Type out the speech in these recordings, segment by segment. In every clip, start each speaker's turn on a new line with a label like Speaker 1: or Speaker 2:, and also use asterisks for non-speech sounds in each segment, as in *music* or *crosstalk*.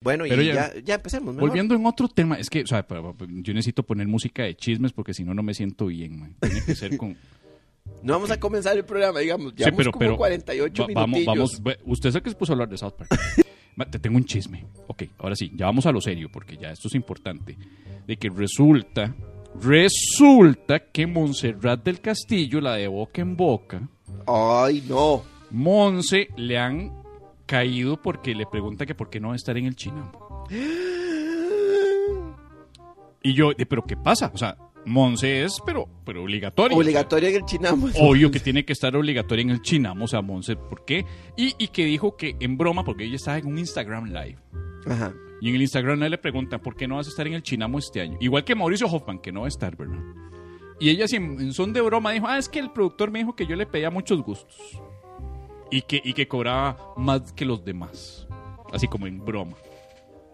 Speaker 1: Bueno,
Speaker 2: Pero
Speaker 1: y ya,
Speaker 2: ya-
Speaker 1: ya empecemos. mejor.
Speaker 2: Volviendo en otro tema, es que, o sea, pa- pa- yo necesito poner música de chismes porque si no, no me siento bien, man. Tiene que
Speaker 1: *laughs*
Speaker 2: ser con.
Speaker 1: No vamos a comenzar el programa, digamos. Llevamos como 48
Speaker 2: va- vamos,
Speaker 1: minutillos.
Speaker 2: vamos, ve- usted es el que se puso a hablar de South Park. *laughs* Va, Te tengo un chisme. Ok, ahora sí, ya vamos a lo serio, porque ya esto es importante. De que resulta, resulta que Montserrat del Castillo, la de boca en boca,
Speaker 1: Ay, no.
Speaker 2: Monse le han caído porque le pregunta que por qué no va a estar en el Chinampo. Y yo, de, pero ¿qué pasa? O sea, Monse es, pero, pero obligatorio.
Speaker 1: Obligatoria en el chinamo.
Speaker 2: Obvio que tiene que estar obligatoria en el Chinamo, o sea, Monse, ¿por qué? Y, y que dijo que en broma, porque ella estaba en un Instagram Live.
Speaker 1: Ajá.
Speaker 2: Y en el Instagram Live le preguntan, ¿por qué no vas a estar en el Chinamo este año? Igual que Mauricio Hoffman, que no va a estar, ¿verdad? Y ella, sin- en son de broma, dijo, ah, es que el productor me dijo que yo le pedía muchos gustos. Y que, y que cobraba más que los demás. Así como en broma.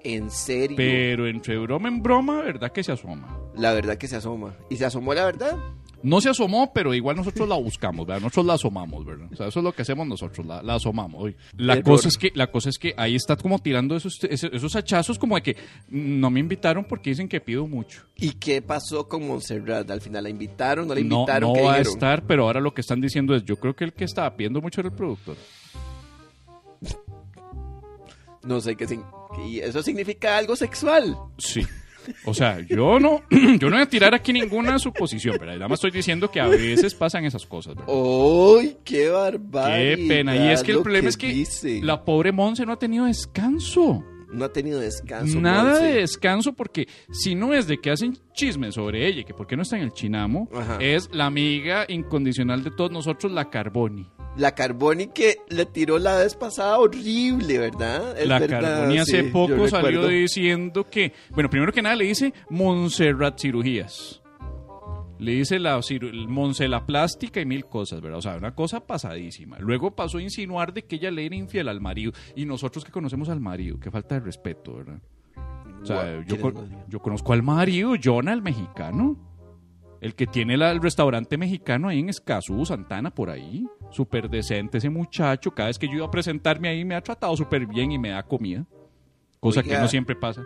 Speaker 1: En serio.
Speaker 2: Pero entre broma en broma, ¿verdad que se asoma?
Speaker 1: La verdad que se asoma. ¿Y se asomó la verdad?
Speaker 2: No se asomó, pero igual nosotros la buscamos, ¿verdad? Nosotros la asomamos, ¿verdad? O sea, eso es lo que hacemos nosotros, la, la asomamos. Oye, La
Speaker 1: Error.
Speaker 2: cosa, es que, la cosa es que ahí está como tirando esos, esos, esos hachazos como de que mm, no me invitaron porque dicen que pido mucho.
Speaker 1: ¿Y qué pasó con Montserrat? ¿Al final la invitaron? ¿No la
Speaker 2: No,
Speaker 1: invitaron?
Speaker 2: no
Speaker 1: ¿Qué
Speaker 2: va a
Speaker 1: dijeron?
Speaker 2: estar, pero ahora lo que están diciendo es, yo creo que el que estaba pidiendo mucho era el productor.
Speaker 1: No sé qué sin- ¿Y eso significa algo sexual?
Speaker 2: Sí. O sea, yo no, *clears throat* yo no voy a tirar aquí ninguna suposición, ¿verdad? Nada más estoy diciendo que a veces pasan esas cosas, ¿verdad?
Speaker 1: ¡Uy, qué barbaridad!
Speaker 2: Qué pena. Y es que el
Speaker 1: lo
Speaker 2: problema es que
Speaker 1: dice.
Speaker 2: la pobre Monse no ha tenido descanso.
Speaker 1: No ha tenido descanso.
Speaker 2: Nada
Speaker 1: Monse.
Speaker 2: de descanso porque si no es de que hacen chismes sobre ella, y que por qué no está en el Chinamo,
Speaker 1: Ajá.
Speaker 2: es la amiga incondicional de todos nosotros, la Carboni.
Speaker 1: La Carboni que le tiró la vez pasada horrible, ¿verdad? Es
Speaker 2: la
Speaker 1: verdad,
Speaker 2: Carboni hace
Speaker 1: sí, yo
Speaker 2: poco salió
Speaker 1: recuerdo.
Speaker 2: diciendo que, bueno, primero que nada le dice Montserrat Cirugías. Le dice la ciru- el Monse la plástica y mil cosas, ¿verdad? O sea, una cosa pasadísima. Luego pasó a insinuar de que ella le era infiel al marido. Y nosotros que conocemos al marido, qué falta de respeto, ¿verdad? O sea,
Speaker 1: Guau,
Speaker 2: yo,
Speaker 1: ¿quién
Speaker 2: con-
Speaker 1: es Mario?
Speaker 2: yo conozco al marido, Jonah, el mexicano. El que tiene la- el restaurante mexicano ahí en Escazú, Santana, por ahí. Súper decente ese muchacho. Cada vez que yo iba a presentarme ahí me ha tratado súper bien y me da comida. Cosa que
Speaker 1: Oiga.
Speaker 2: no siempre pasa.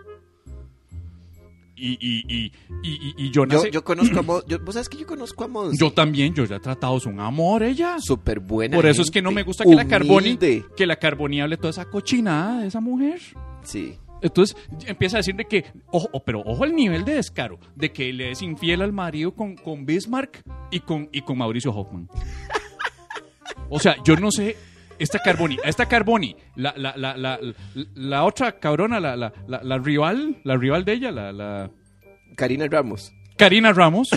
Speaker 2: Y, y, y, y, y- y Jonah
Speaker 1: Yo,
Speaker 2: se-
Speaker 1: yo conozco a Mon- yo- ¿Vos sabés que yo conozco a Monse?
Speaker 2: yo también, yo ya he tratado, es un amor ella.
Speaker 1: Súper buena.
Speaker 2: Por eso es que
Speaker 1: gente,
Speaker 2: no me gusta que la Carboni,
Speaker 1: humilde.
Speaker 2: que la Carboni hable toda esa cochinada de esa mujer.
Speaker 1: Sí.
Speaker 2: Entonces empieza a decir de que, ojo, o- pero ojo al nivel de descaro, de que le es infiel al marido con, con Bismarck y con, y con Mauricio Hoffman. O sea, yo no sé, esta Carboni, a esta Carboni, la, la, la, la, la, la otra cabrona, la, la, la, la rival, la rival de ella, la, la
Speaker 1: Karina Ramos.
Speaker 2: Karina Ramos,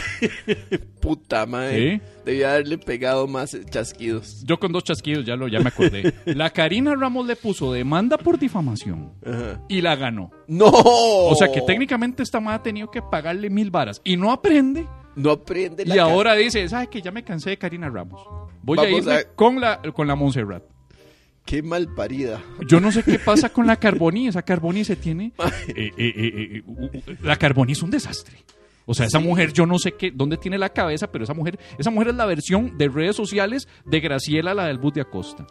Speaker 1: Puta madre.
Speaker 2: Sí.
Speaker 1: Debía haberle pegado más chasquidos.
Speaker 2: yo con dos chasquidos ya, lo, ya me acordé, la Karina Ramos le puso demanda por difamación
Speaker 1: Ajá.
Speaker 2: y la ganó.
Speaker 1: ¡No!
Speaker 2: O sea
Speaker 1: Oh.
Speaker 2: que técnicamente esta madre ha tenido que pagarle mil varas y no aprende.
Speaker 1: No aprende la
Speaker 2: Y ahora dice, ¿sabes que Ya me cansé de Karina Ramos. Voy a
Speaker 1: Vamos
Speaker 2: irme
Speaker 1: a-
Speaker 2: con la con la Montserrat.
Speaker 1: ca- Qué mal parida.
Speaker 2: Yo no sé qué pasa con la Carboni. Esa Carboni
Speaker 1: *laughs*
Speaker 2: se tiene... eh, eh, eh, eh, u- u- la Carboni es un desastre. O sea, esa mujer, yo no sé qué, dónde tiene la cabeza, pero esa mujer, esa mujer es la versión de redes sociales de Graciela, la del bus de Acosta.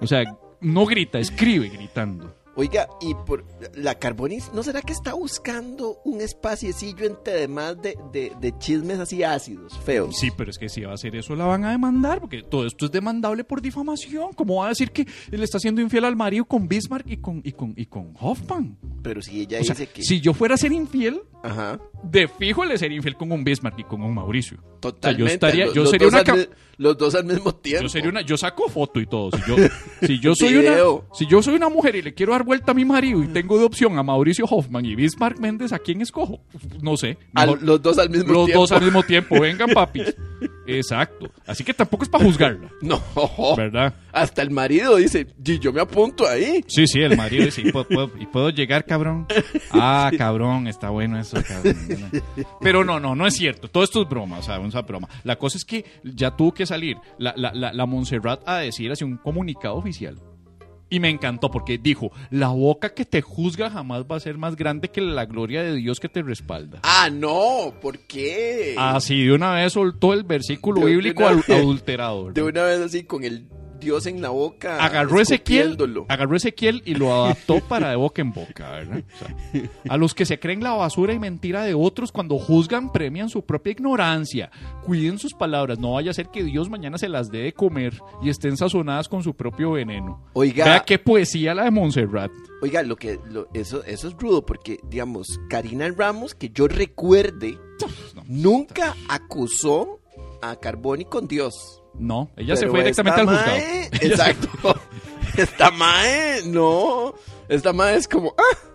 Speaker 2: O sea, no grita, escribe gritando.
Speaker 1: Oiga, y por la Carbonis, ¿no será que está buscando un espaciecillo entre demás de, de, de chismes así ácidos, feos?
Speaker 2: Sí, pero es que si va a hacer eso la van a demandar, porque todo esto es demandable por difamación. ¿Cómo va a decir que le está siendo infiel al marido con Bismarck y con, y con, y con Hoffman?
Speaker 1: Pero si ella
Speaker 2: O sea,
Speaker 1: dice que.
Speaker 2: si yo fuera a ser infiel,
Speaker 1: Ajá.
Speaker 2: de fijo le sería infiel con un Bismarck y con un Mauricio.
Speaker 1: Totalmente.
Speaker 2: yo estaría-
Speaker 1: los,
Speaker 2: yo
Speaker 1: los
Speaker 2: sería
Speaker 1: dos
Speaker 2: una
Speaker 1: al
Speaker 2: cam-
Speaker 1: mi- Los dos al mismo tiempo.
Speaker 2: Yo sería una, yo saco foto y todo. Si
Speaker 1: *laughs*
Speaker 2: yo, si yo soy una,
Speaker 1: Video.
Speaker 2: si yo soy una mujer y le quiero dar vuelta a mi marido y tengo de opción a Mauricio Hoffman y Bismarck Méndez, ¿a quién escojo? No sé.
Speaker 1: Al-
Speaker 2: Mejor-
Speaker 1: los dos al mismo
Speaker 2: los
Speaker 1: tiempo.
Speaker 2: dos al mismo tiempo. Vengan, papis. Exacto. Así que tampoco es para juzgarla,
Speaker 1: *laughs* No. Oh.
Speaker 2: ¿verdad?
Speaker 1: Hasta el marido dice, y yo me apunto ahí.
Speaker 2: Sí, sí, el marido dice, ¿y puedo, puedo- y puedo
Speaker 1: *laughs*
Speaker 2: llegar, cabrón? Ah, cabrón, está bueno eso, cabrón. Pero no, no, no es cierto. Todo esto es broma, o sea, una broma. La cosa es que ya tuvo que salir la, la, la, la Montserrat a decir así un comunicado oficial. Y me encantó porque dijo, la boca que te juzga jamás va a ser más grande que la gloria de Dios que te respalda.
Speaker 1: Ah, no, ¿por qué?
Speaker 2: Ah, Así de una vez soltó el versículo
Speaker 1: Ah, De- de
Speaker 2: bíblico
Speaker 1: una-
Speaker 2: al- adulterado. ¿verdad?
Speaker 1: De una vez así con el Dios en la boca.
Speaker 2: agarró Ezequiel,
Speaker 1: escupiéndolo.
Speaker 2: agarró Ezequiel y lo adaptó para de boca en boca, ¿verdad? O sea, a los que se creen la basura y mentira de otros cuando juzgan, premian su propia ignorancia. Cuiden sus palabras, no vaya a ser que Dios mañana se las dé de comer y estén sazonadas con su propio veneno.
Speaker 1: Oiga.
Speaker 2: Vea qué poesía la de Montserrat.
Speaker 1: Oiga, lo que, lo- eso, eso es rudo porque, digamos, Karina Ramos, que yo recuerde,
Speaker 2: No,
Speaker 1: nunca acusó a Carboni con Dios.
Speaker 2: no, ella se
Speaker 1: Pero
Speaker 2: fue directamente al
Speaker 1: esta
Speaker 2: juzgado. *laughs*
Speaker 1: mae-
Speaker 2: Ella se-
Speaker 1: exacto. *laughs* Esta mae, no. Esta mae es como, ah.
Speaker 2: *laughs*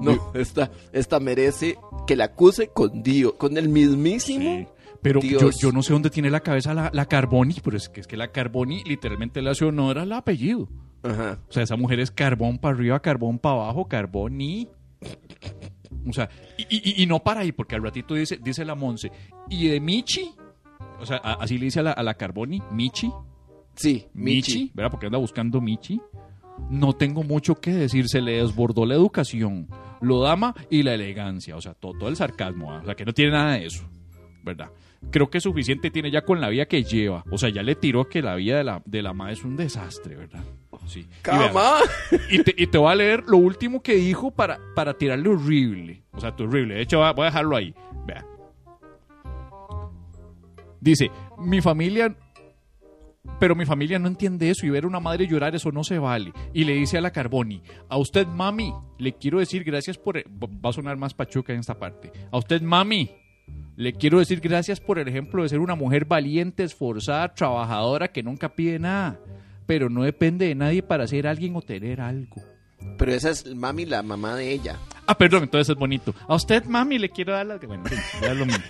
Speaker 1: No, esta, esta merece que la acuse con Dios, con el mismísimo.
Speaker 2: Sí. Pero
Speaker 1: Dios.
Speaker 2: yo, yo no sé dónde tiene la cabeza la, la Carboni, pero es que, es que la Carboni literalmente le hace honor al apellido.
Speaker 1: Ajá.
Speaker 2: O sea, esa mujer es carbón para arriba, carbón para abajo, carbón y... O sea, y, y- y no para ahí, porque al ratito dice, dice la Monse, y de Michi, o sea, a- así le dice a la, a la Carboni, Michi,
Speaker 1: Sí,
Speaker 2: Michi,
Speaker 1: Michi.
Speaker 2: ¿verdad? Porque anda buscando Michi. No tengo mucho que decir, se le desbordó la educación, lo dama y la elegancia, o sea, to- todo, el sarcasmo, ¿ah? o sea, que no tiene nada de eso, ¿verdad? Creo que suficiente tiene ya con la vida que lleva, o sea, ya le tiró que la vida de la, de la madre es un desastre, ¿verdad? Sí. Y vea,
Speaker 1: Cama.
Speaker 2: y te, y te voy a leer lo último que dijo para, para tirarle horrible. O sea, tu horrible. De hecho, va- voy a dejarlo ahí. Vea. Dice, mi familia... Pero mi familia no entiende eso y ver a una madre llorar, eso no se vale. Y le dice a la Carboni, a usted mami, le quiero decir gracias por... el-" Va a sonar más pachuca en esta parte. A usted mami, le quiero decir gracias por el ejemplo de ser una mujer valiente, esforzada, trabajadora, que nunca pide nada, pero no depende de nadie para ser alguien o tener algo.
Speaker 1: Pero esa es mami, la mamá de ella.
Speaker 2: Ah, perdón, entonces es bonito. A usted, mami, le quiero dar las... Bueno, en fin, ya es lo mismo.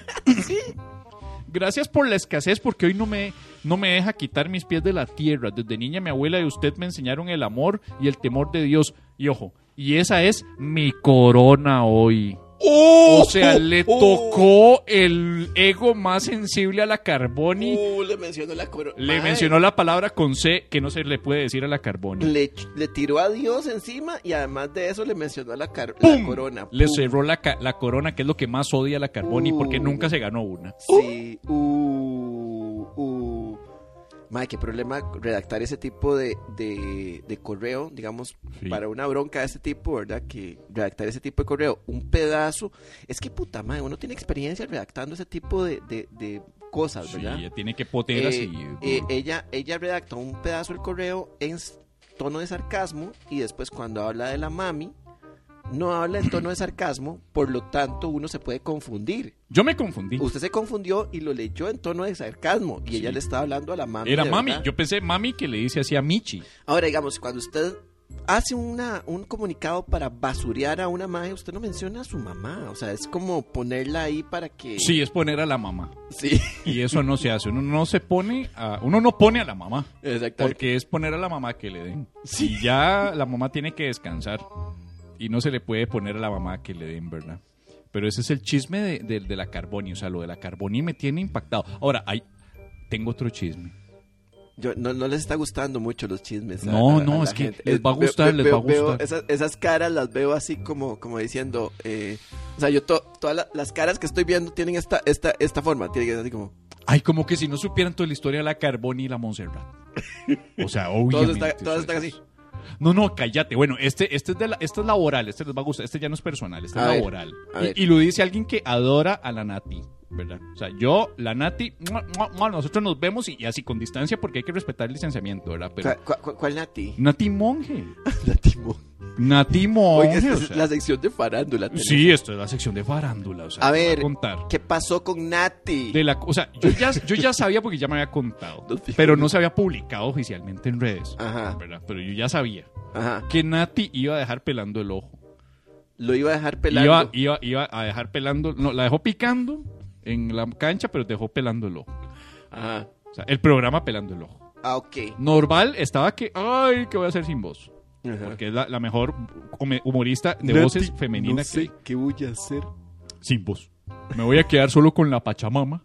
Speaker 2: Gracias por la escasez porque hoy no me, no me deja quitar mis pies de la tierra. Desde niña mi abuela y usted me enseñaron el amor y el temor de Dios. Y ojo, y esa es mi corona hoy.
Speaker 1: Oh,
Speaker 2: O sea, le tocó el ego más sensible a la Carboni.
Speaker 1: Uh, le mencionó la corona.
Speaker 2: Le mencionó la palabra con C que no se le puede decir a la Carboni.
Speaker 1: Le, ch- le tiró a Dios encima y además de eso le mencionó la, car- la
Speaker 2: ¡Pum!
Speaker 1: corona.
Speaker 2: Le
Speaker 1: ¡Pum!
Speaker 2: cerró la, ca- la corona, que es lo que más odia a la Carboni, porque
Speaker 1: Uh.
Speaker 2: nunca se ganó una.
Speaker 1: Sí. Uh, uh. Mae, qué problema redactar ese tipo de, de, de correo, digamos,
Speaker 2: Sí.
Speaker 1: para una bronca de ese tipo, ¿verdad? Que redactar ese tipo de correo, un pedazo. Es que puta madre, uno tiene experiencia redactando ese tipo de, de- de cosas,
Speaker 2: Sí,
Speaker 1: ¿verdad?
Speaker 2: ella tiene que uh, potear
Speaker 1: Eh,
Speaker 2: así. mm.
Speaker 1: eh, ella, ella redactó un pedazo del correo en s- tono de sarcasmo y después cuando habla de la mami, no habla en tono de sarcasmo, por lo tanto uno se puede confundir.
Speaker 2: Yo me confundí.
Speaker 1: Usted se confundió y lo leyó en tono de sarcasmo y ella
Speaker 2: Sí.
Speaker 1: le estaba hablando a la mami.
Speaker 2: Era
Speaker 1: de
Speaker 2: mami.
Speaker 1: verdad.
Speaker 2: Yo pensé mami que le dice así a Michi.
Speaker 1: Ahora digamos, cuando usted hace una, un comunicado para basurear a una madre, usted no menciona a su mamá, o sea, es como ponerla ahí para que...
Speaker 2: Sí, es poner a la mamá.
Speaker 1: *laughs* sí,
Speaker 2: Y eso no se hace. Uno no se pone a, uno no pone a la mamá.
Speaker 1: exactamente.
Speaker 2: Porque es poner a la mamá que le den. Si ya la mamá tiene que descansar y no se le puede poner a la mamá que le den, ¿verdad? Pero ese es el chisme de, de- de la Carboni. O sea, lo de la Carboni me tiene impactado. Ahora, hay, tengo otro chisme.
Speaker 1: Yo- no, no les está gustando mucho los chismes. a-
Speaker 2: No,
Speaker 1: a- a
Speaker 2: no,
Speaker 1: la
Speaker 2: es que
Speaker 1: gente.
Speaker 2: les va a
Speaker 1: Veo-
Speaker 2: gustar, les
Speaker 1: veo-
Speaker 2: va a
Speaker 1: veo
Speaker 2: gustar.
Speaker 1: Esas, esas caras las veo así como, como diciendo, eh, o sea, yo to- todas la- las caras que estoy viendo tienen esta, esta, esta forma, tienen así como,
Speaker 2: Ay, como que si no supieran toda la historia de la Carboni y la Montserrat.
Speaker 1: *laughs*
Speaker 2: O sea,
Speaker 1: todos,
Speaker 2: obviamente.
Speaker 1: están, todos
Speaker 2: eso
Speaker 1: están así.
Speaker 2: es- No, no, cállate. Bueno, este, este, es de la, este es laboral, este les va a gustar, este ya no es personal, este
Speaker 1: A
Speaker 2: es
Speaker 1: ver,
Speaker 2: laboral.
Speaker 1: a
Speaker 2: Y-
Speaker 1: ver.
Speaker 2: Y, lo dice alguien que adora a la Nati, ¿verdad? O sea, yo, la Nati, mua, mua, mua, nosotros nos vemos y, y así con distancia porque hay que respetar el licenciamiento, ¿verdad? Pero
Speaker 1: ¿Cuál, cuál, cuál
Speaker 2: *laughs*
Speaker 1: Nati? *laughs*
Speaker 2: Nati Monge.
Speaker 1: Nati Mo. *laughs*
Speaker 2: Nati
Speaker 1: Oiga,
Speaker 2: Monge.
Speaker 1: esta
Speaker 2: o
Speaker 1: es
Speaker 2: sea.
Speaker 1: la sección de farándula. tenés.
Speaker 2: sí, esto es la sección de farándula, o sea,
Speaker 1: A
Speaker 2: te voy
Speaker 1: ver,
Speaker 2: contar.
Speaker 1: ¿qué pasó con Nati?
Speaker 2: De la, o sea, yo ya, yo ya sabía porque ya me había contado,
Speaker 1: Nos Ah. fijamos.
Speaker 2: pero no se había publicado oficialmente en redes,
Speaker 1: Ajá,
Speaker 2: ¿verdad? Pero yo ya sabía
Speaker 1: ajá.
Speaker 2: que Nati iba a dejar pelando el ojo.
Speaker 1: Lo iba a dejar pelando.
Speaker 2: Iba, iba, iba a dejar pelando, no, la dejó picando en la cancha, pero dejó pelando el ojo.
Speaker 1: Ajá.
Speaker 2: O sea, el programa pelando el ojo.
Speaker 1: Ah, ok.
Speaker 2: Normal estaba que, ay, ¿qué voy a hacer sin voz?
Speaker 1: Ajá.
Speaker 2: Porque es la, la mejor come- humorista de
Speaker 1: Nati,
Speaker 2: voces femenina
Speaker 1: no
Speaker 2: que
Speaker 1: sé qué voy a hacer.
Speaker 2: sin voz. Me voy a quedar solo con la Pachamama,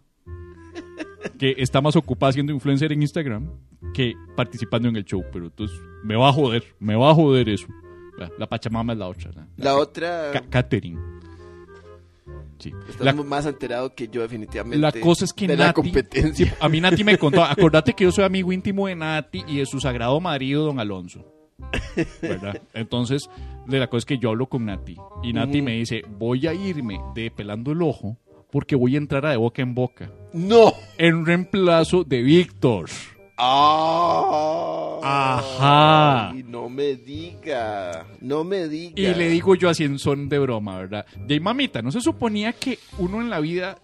Speaker 2: que está más ocupada siendo influencer en Instagram que participando en el show. Pero entonces me va a joder, me va a joder eso. La Pachamama es la otra, ¿no?
Speaker 1: La otra...
Speaker 2: Ca- Catherine. sí.
Speaker 1: Estás
Speaker 2: La,
Speaker 1: más enterado que yo definitivamente.
Speaker 2: la cosa es que
Speaker 1: de
Speaker 2: Nati,
Speaker 1: la competencia.
Speaker 2: sí, *laughs* a mí Nati
Speaker 1: *laughs*
Speaker 2: me contó, acordate que yo soy amigo íntimo de Nati y de su sagrado marido, don Alonso. ¿Verdad? Entonces, de la cosa es que yo hablo con Nati y Nati me dice, voy a irme de pelando el ojo porque voy a entrar a de boca en boca
Speaker 1: No.
Speaker 2: en reemplazo de Víctor.
Speaker 1: Ah.
Speaker 2: Ajá.
Speaker 1: Ay, no me diga. No me diga.
Speaker 2: Y le digo yo así en son de broma, ¿verdad? De ahí, mamita, no se suponía que uno en la vida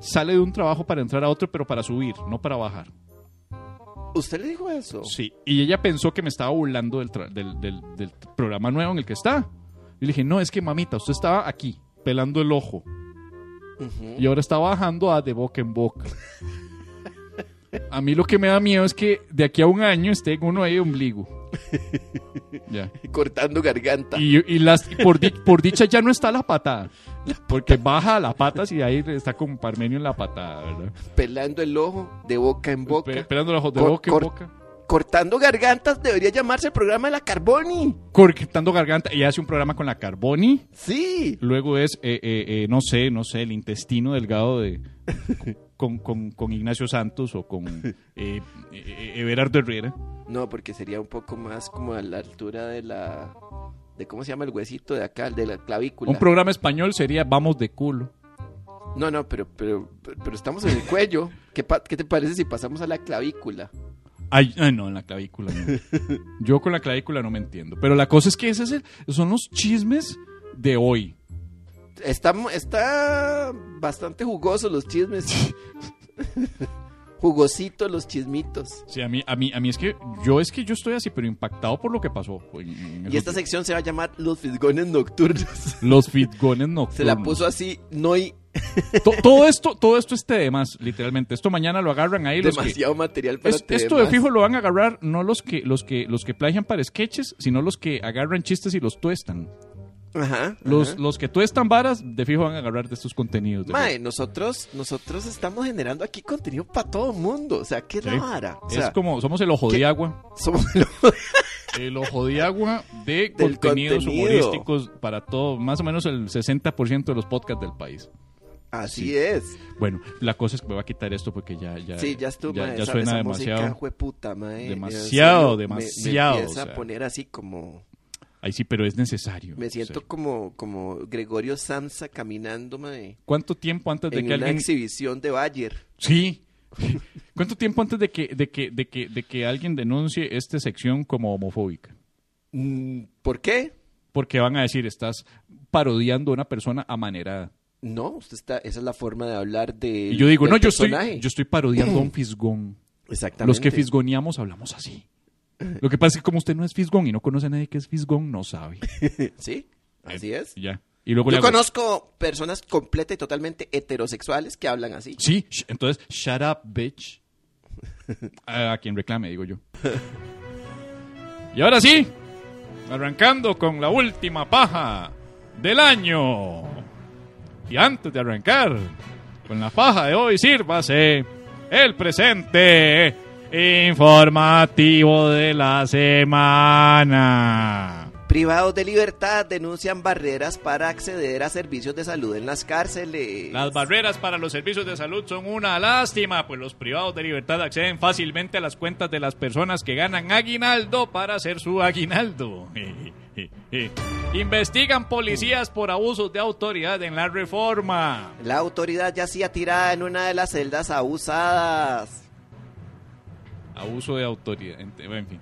Speaker 2: sale de un trabajo para entrar a otro, pero para subir, no para bajar.
Speaker 1: ¿Usted le dijo eso?
Speaker 2: Sí. Y ella pensó que me estaba burlando del, tra- del- del- del programa nuevo en el que está. Y le dije, no, es que mamita, usted estaba aquí, pelando el ojo.
Speaker 1: Ujú.
Speaker 2: Y ahora está bajando a de boca en boca. A mí lo que me da miedo es que de aquí a un año esté uno ahí
Speaker 1: *laughs*
Speaker 2: de ombligo. Ya.
Speaker 1: Cortando garganta.
Speaker 2: Y, y las, y por, di- por dicha ya no está la patada. Porque baja la pata si ahí está con Parmenio en la patada, ¿verdad?
Speaker 1: Pelando el ojo de boca en boca.
Speaker 2: Espe- Esperando los ojos de
Speaker 1: Cor-
Speaker 2: boca en
Speaker 1: cor-
Speaker 2: boca.
Speaker 1: Cortando gargantas debería llamarse el programa de la Carboni.
Speaker 2: Cortando garganta. Y hace un programa con la Carboni.
Speaker 1: Sí.
Speaker 2: Luego es, eh, eh, eh, no sé, no sé, el intestino delgado de. Con, con- con Ignacio Santos o con eh, eh, eh, Everardo Herrera.
Speaker 1: No, porque sería un poco más como a la altura de la. de ¿Cómo se llama el huesito de acá? El de la clavícula.
Speaker 2: Un programa español sería Vamos de culo.
Speaker 1: No, no, pero, pero, pero estamos en el cuello. *laughs* ¿Qué, pa- ¿Qué te parece si pasamos a la clavícula?
Speaker 2: Ay, ay, no, en la clavícula. no. Yo con la clavícula no me entiendo. Pero la cosa es que ese es el- son los chismes de hoy.
Speaker 1: Está, mu- está bastante jugoso los chismes. *laughs* Jugositos los chismitos.
Speaker 2: Sí, a mí, a mí, a mí es que yo es que yo estoy así, pero impactado por lo que pasó. en- en
Speaker 1: Y esta
Speaker 2: esos-
Speaker 1: sección se va a llamar Los Fisgones Nocturnos. *laughs*
Speaker 2: Los fitgones nocturnos.
Speaker 1: Se la puso así, no hay
Speaker 2: To- todo esto, todo esto es demás, literalmente. Esto mañana lo agarran ahí los que-
Speaker 1: demasiado material para
Speaker 2: Es-
Speaker 1: tener
Speaker 2: esto de
Speaker 1: más.
Speaker 2: fijo lo van a agarrar no los que los que los que plagian para sketches, sino los que agarran chistes y los tuestan.
Speaker 1: Ajá,
Speaker 2: Los,
Speaker 1: ajá.
Speaker 2: los que tuestan varas de fijo van a agarrar de estos contenidos. de
Speaker 1: Mae, nosotros, nosotros estamos generando aquí contenido para todo el mundo. O sea, qué
Speaker 2: Sí.
Speaker 1: es la vara. O
Speaker 2: Es
Speaker 1: sea,
Speaker 2: como, somos el ojo
Speaker 1: ¿qué?
Speaker 2: de agua.
Speaker 1: somos *laughs* los
Speaker 2: El ojo de agua de
Speaker 1: Del
Speaker 2: contenidos
Speaker 1: contenido.
Speaker 2: humorísticos para todo, más o menos el 60% de los podcasts del país.
Speaker 1: Así
Speaker 2: Sí.
Speaker 1: es.
Speaker 2: Bueno, la cosa es que me va a quitar esto porque ya, ya,
Speaker 1: Sí, ya estuvo,
Speaker 2: ya,
Speaker 1: mae,
Speaker 2: ya
Speaker 1: esa-
Speaker 2: suena
Speaker 1: esa
Speaker 2: demasiado.
Speaker 1: música, jueputa, mae.
Speaker 2: Demasiado,
Speaker 1: En serio, me-
Speaker 2: demasiado,
Speaker 1: Me, empieza
Speaker 2: o sea.
Speaker 1: a poner así como...
Speaker 2: Ahí sí, pero es necesario.
Speaker 1: Me siento
Speaker 2: Sí.
Speaker 1: como, como Gregorio Samsa caminando, mae,
Speaker 2: ¿Cuánto tiempo antes de
Speaker 1: En
Speaker 2: que
Speaker 1: una
Speaker 2: alguien
Speaker 1: exhibición de Bayer.
Speaker 2: Sí. *laughs* ¿Cuánto tiempo antes de que, de que, de que, de que alguien denuncie esta sección como homofóbica?
Speaker 1: Mm, ¿Por qué?
Speaker 2: Porque van a decir, estás parodiando a una persona amanerada.
Speaker 1: No, usted está... Esa es la forma de hablar de...
Speaker 2: Y yo digo, no, yo estoy, yo estoy parodiando
Speaker 1: *clears throat*
Speaker 2: a un fisgón.
Speaker 1: Exactamente.
Speaker 2: Los que fisgoneamos hablamos así. Lo que pasa es que como usted no es fisgón y no conoce a nadie que es fisgón, no sabe.
Speaker 1: Sí, así es.
Speaker 2: Ya. Y luego le
Speaker 1: Yo
Speaker 2: hago,
Speaker 1: conozco personas completa y totalmente heterosexuales que hablan así.
Speaker 2: Sí, sh- entonces, shut up, bitch. A, a quien reclame, digo yo. Y ahora sí, arrancando con la última paja del año. Y antes de arrancar con la paja de hoy, sírvase el presente informativo de la semana.
Speaker 1: Privados de libertad denuncian barreras para acceder a servicios de salud en las cárceles.
Speaker 2: Las barreras para los servicios de salud son una lástima, pues los privados de libertad acceden fácilmente a las cuentas de las personas que ganan aguinaldo para hacer su aguinaldo. *laughs* Investigan policías por abusos de autoridad en la reforma.
Speaker 1: La autoridad ya hacía tirada en una de las celdas abusadas.
Speaker 2: Abuso de autoridad, ent- bueno, en fin.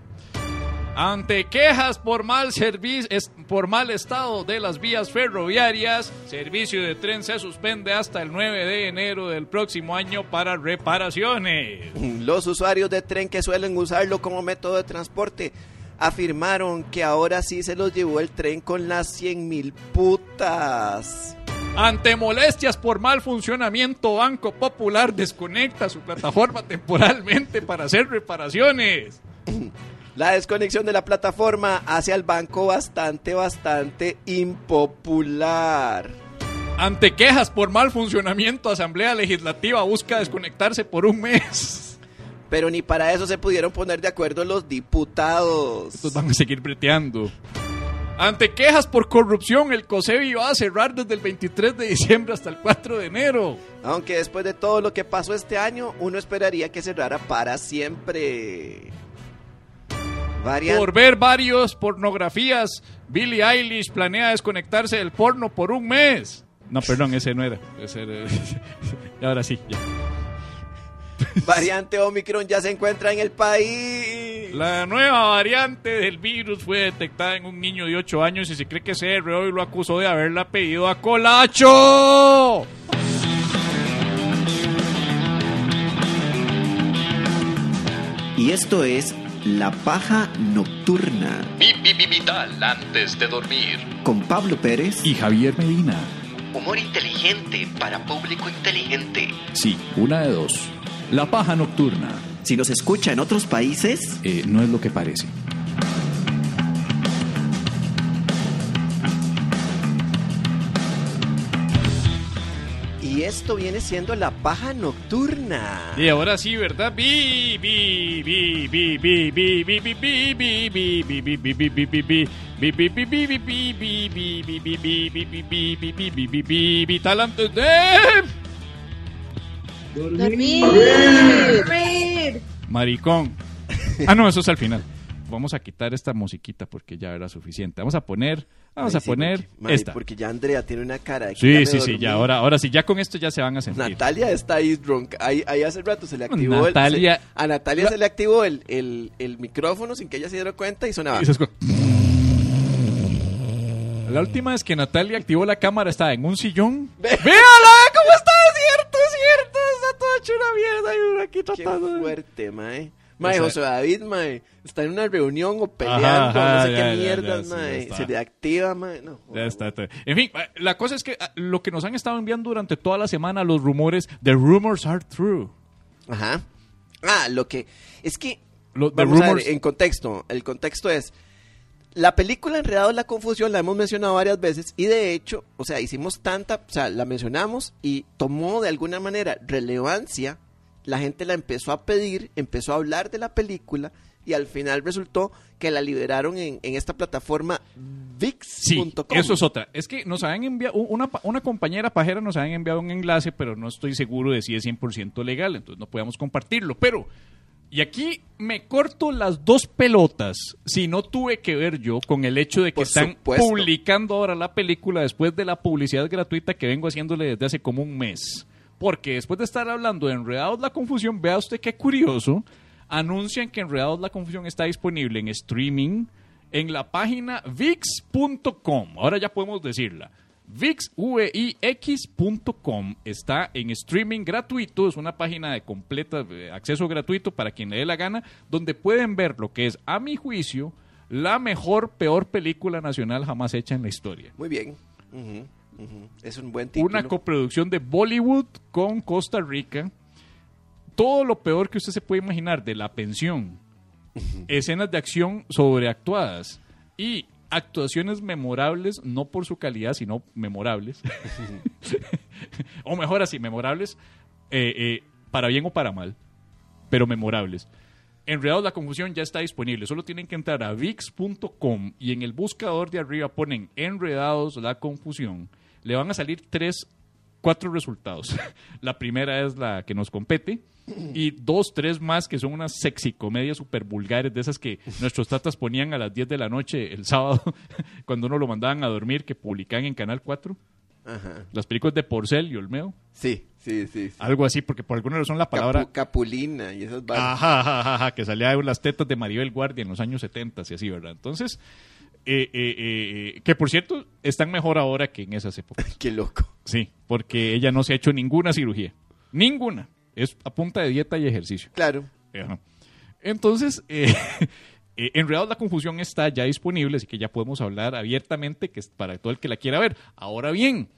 Speaker 2: Ante quejas por mal servicio, por mal estado de las vías ferroviarias, servicio de tren se suspende hasta el 9 de enero del próximo año para reparaciones.
Speaker 1: Los usuarios de tren que suelen usarlo como método de transporte afirmaron que ahora sí se los llevó el tren con las 100 mil putas.
Speaker 2: Ante molestias por mal funcionamiento, Banco Popular desconecta su plataforma temporalmente para hacer reparaciones.
Speaker 1: La desconexión de la plataforma hace al banco bastante, bastante impopular.
Speaker 2: Ante quejas por mal funcionamiento, Asamblea Legislativa busca desconectarse por un mes.
Speaker 1: Pero ni para eso se pudieron poner de acuerdo los diputados.
Speaker 2: Estos van a seguir breteando. Ante quejas por corrupción, el COSEBI va a cerrar desde el 23 de diciembre hasta el 4 de enero.
Speaker 1: Aunque después de todo lo que pasó este año, uno esperaría que cerrara para siempre. Varian-
Speaker 2: Por ver varios pornografías, Billie Eilish planea desconectarse del porno por un mes. No, perdón, ese no era. Ese era- *laughs* Ahora sí, ya.
Speaker 1: Variante Omicron ya se encuentra en el país.
Speaker 2: La nueva variante del virus fue detectada en un niño de 8 años y se cree que se y lo acusó de haberla pedido a Colacho.
Speaker 3: Y esto es La Paja Nocturna
Speaker 4: Bibi Vital antes de dormir.
Speaker 3: con Pablo Pérez.
Speaker 2: Y Javier Medina.
Speaker 4: Humor inteligente para público inteligente.
Speaker 2: Sí, una de dos. La paja nocturna Eh,
Speaker 3: Si nos escucha en otros países,
Speaker 2: no es lo que parece.
Speaker 1: Y esto viene siendo la paja nocturna.
Speaker 2: Y ahora sí, ¿verdad? Bi, bi, bi, bi, bi, bi, bi, bi, bi, bi, bi, bi, bi, bi, bi, bi, bi, bi. Bi, bi, bi, bi, bi, bi, bi, bi, bi, bi, bi, bi, bi, bi, bi, bi, bi, bi, bi, bi, tal antes de-
Speaker 5: Dormir.
Speaker 2: Maricón. Ah, no, eso es al final. Vamos a quitar esta musiquita porque ya era suficiente. Vamos a poner, vamos
Speaker 1: Ay,
Speaker 2: a
Speaker 1: sí,
Speaker 2: poner
Speaker 1: porque- madre,
Speaker 2: esta.
Speaker 1: Porque ya Andrea tiene una cara de que ya me
Speaker 2: Sí, sí, sí,
Speaker 1: dormí.
Speaker 2: ya ahora, ahora sí, ya con esto ya se van a sentir.
Speaker 1: Natalia está ahí drunk. Ahí, ahí hace rato se le activó el-
Speaker 2: Natalia-
Speaker 1: se- a Natalia se le activó el, el- el micrófono sin que ella se diera cuenta y sonaba.
Speaker 2: Y se escu- La última es que Natalia activó la cámara, estaba en un sillón. ¡Véala! ¿Cómo está? Es cierto, es cierto. Está toda hecha una mierda y uno aquí
Speaker 1: Qué
Speaker 2: tratando. de-
Speaker 1: fuerte, mae. Mae,
Speaker 2: Esa-
Speaker 1: José David, mae. Está en una reunión o peleando,
Speaker 2: ajá,
Speaker 1: no sé
Speaker 2: ya, ya,
Speaker 1: qué mierdas,
Speaker 2: ya, sí,
Speaker 1: mae.
Speaker 2: ya está.
Speaker 1: se le activa, mae. No,
Speaker 2: Ya está, está. En fin, eh, la cosa es que ah, lo que nos han estado enviando durante toda la semana, los rumores, the rumors are true.
Speaker 1: Ajá. Ah, lo que. Es que.
Speaker 2: Lo- the
Speaker 1: vamos a ver,
Speaker 2: rumors-
Speaker 1: en contexto. El contexto es. La película Enredado en la Confusión la hemos mencionado varias veces y de hecho, o sea, hicimos tanta, o sea, la mencionamos y tomó de alguna manera relevancia, la gente la empezó a pedir, empezó a hablar de la película y al final resultó que la liberaron en, en esta plataforma
Speaker 2: Sí,
Speaker 1: vix.com.
Speaker 2: eso es otra. Es que nos han enviado, u- una, pa- una compañera pajera nos han enviado un enlace, pero no estoy seguro de si es 100% legal, entonces no podíamos compartirlo. Pero, y aquí me corto las dos pelotas, si no tuve que ver yo con el hecho de que
Speaker 1: Por
Speaker 2: están
Speaker 1: supuesto.
Speaker 2: publicando ahora la película después de la publicidad gratuita que vengo haciéndole desde hace como un mes. Porque después de estar hablando de Enredados la Confusión, vea usted qué curioso, anuncian que Enredados la Confusión está disponible en streaming en la página vix.com. Ahora ya podemos decirla. VixVIX.com está en streaming gratuito, es una página de completa eh, acceso gratuito para quien le dé la gana, donde pueden ver lo que es, a mi juicio, la mejor, peor película nacional jamás hecha en la historia.
Speaker 1: Muy bien. Ujú, ujú. Es un buen título.
Speaker 2: Una coproducción de Bollywood con Costa Rica. Todo lo peor que usted se puede imaginar de la pensión. Escenas de acción sobreactuadas y actuaciones memorables, no por su calidad, sino memorables. *laughs* o mejor así, memorables, eh, eh, para bien o para mal, pero memorables. Enredados la Confusión ya está disponible. Solo tienen que entrar a vix.com y en el buscador de arriba ponen Enredados la Confusión. Le van a salir tres, cuatro resultados. *laughs* La primera es la que nos compete y dos, tres más que son unas sexy comedias super vulgares de esas que nuestros tatas ponían a las 10 de la noche el sábado *laughs* cuando uno lo mandaban a dormir que publicaban en Canal 4.
Speaker 1: Ajá.
Speaker 2: Las películas de Porcel y Olmedo.
Speaker 1: Sí, sí, sí. sí.
Speaker 2: Algo así, porque por alguna razón la Ah, palabra...
Speaker 1: Capu- capulina y esas varas.
Speaker 2: Ajá, ajá, ajá, ajá, que salía de las tetas de Maribel Guardia en los años 70 y así, ¿verdad? Entonces, eh, eh, eh, eh, que por cierto, están mejor ahora que en esas *laughs* épocas.
Speaker 1: Qué loco.
Speaker 2: Sí, porque ella no se ha hecho ninguna cirugía. Ninguna. Es a punta de dieta y ejercicio.
Speaker 1: Claro.
Speaker 2: Ajá. Entonces, eh, *laughs* eh, Enredados la Confusión está ya disponible, así que ya podemos hablar abiertamente que es para todo el que la quiera ver. Ahora bien,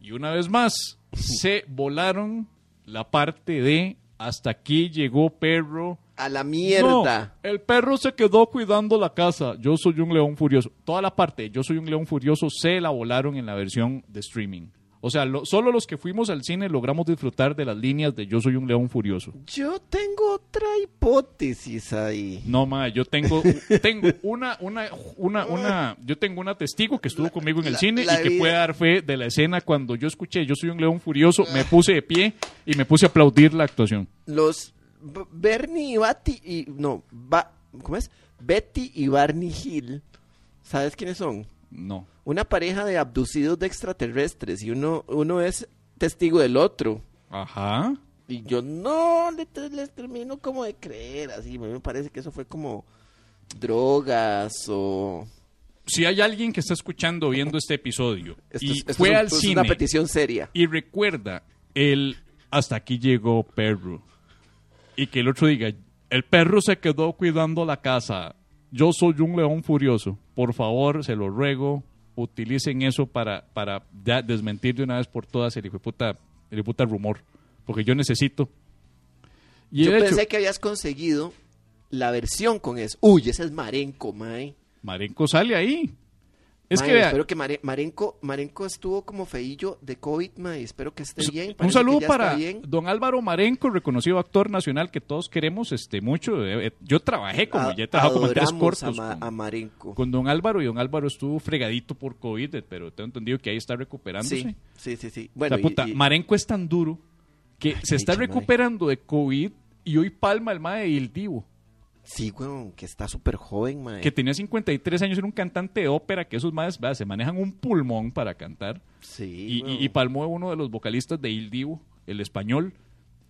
Speaker 2: y una vez más, se volaron la parte de hasta aquí llegó perro.
Speaker 1: A la mierda.
Speaker 2: No, el perro se quedó cuidando la casa. Yo soy un león furioso. Toda la parte de Yo soy un león furioso se la volaron en la versión de streaming. O O sea, lo- solo los que fuimos al cine logramos disfrutar de las líneas de Yo soy un león furioso.
Speaker 1: Yo tengo otra hipótesis ahí.
Speaker 2: No, ma,
Speaker 1: *laughs*
Speaker 2: yo tengo, tengo una, una, una, una, yo tengo una testigo que estuvo conmigo en el
Speaker 1: la-
Speaker 2: cine
Speaker 1: la
Speaker 2: y que
Speaker 1: vida.
Speaker 2: puede dar fe de la escena cuando yo escuché Yo soy un león furioso, me puse de pie y me puse a aplaudir la actuación.
Speaker 1: Los B- Bernie y Batty y no, Ba- ¿cómo es? Betty y Barney Hill. ¿Sabes quiénes son?
Speaker 2: No.
Speaker 1: Una pareja de abducidos de extraterrestres y uno uno es testigo del otro.
Speaker 2: Ajá.
Speaker 1: Y yo no le te- les termino como de creer, así a mí me parece que eso fue como drogas o
Speaker 2: Si hay alguien que está escuchando, viendo este episodio
Speaker 1: Esto
Speaker 2: y
Speaker 1: es- esto
Speaker 2: fue
Speaker 1: es un-
Speaker 2: al
Speaker 1: esto
Speaker 2: cine
Speaker 1: Es una petición seria.
Speaker 2: y recuerda el hasta aquí llegó perro y que el otro diga el perro se quedó cuidando la casa yo soy un león furioso por favor se lo ruego utilicen eso para para da- desmentir de una vez por todas el hijo de puta- el hijo de puta rumor porque yo necesito y
Speaker 1: Yo
Speaker 2: el hecho
Speaker 1: pensé que habías conseguido la versión con eso. Uy, ese es Marenco, mae.
Speaker 2: Marenco sale ahí es
Speaker 1: Mae,
Speaker 2: que vea,
Speaker 1: espero que Mare- Marenco, Marenco estuvo como feillo de COVID, mae. Espero que esté bien.
Speaker 2: Pues, Un
Speaker 1: parece
Speaker 2: saludo
Speaker 1: que ya
Speaker 2: para
Speaker 1: está bien.
Speaker 2: don Álvaro Marenco, reconocido actor nacional que todos queremos este mucho. Eh, eh, Yo trabajé como
Speaker 1: A-
Speaker 2: ya he trabajado como en tres
Speaker 1: adoramos
Speaker 2: cortos
Speaker 1: a, Ma-
Speaker 2: con,
Speaker 1: a Marenco.
Speaker 2: con don Álvaro y don Álvaro estuvo fregadito por COVID, eh, pero tengo entendido que ahí está recuperándose.
Speaker 1: Sí, sí, sí, sí.
Speaker 2: O
Speaker 1: Bueno,
Speaker 2: sea,
Speaker 1: y-
Speaker 2: puta,
Speaker 1: y-
Speaker 2: Marenco es tan duro que se está
Speaker 1: pinche madre.
Speaker 2: recuperando de COVID y hoy palma el mae y el divo.
Speaker 1: sí, weón, que está súper joven, mae.
Speaker 2: Que tenía 53 años, era un cantante de ópera, que esos maes vea, se manejan un pulmón para cantar.
Speaker 1: Sí,
Speaker 2: Y,
Speaker 1: weón.
Speaker 2: y, y palmó a uno de los vocalistas de Il Divo, el español,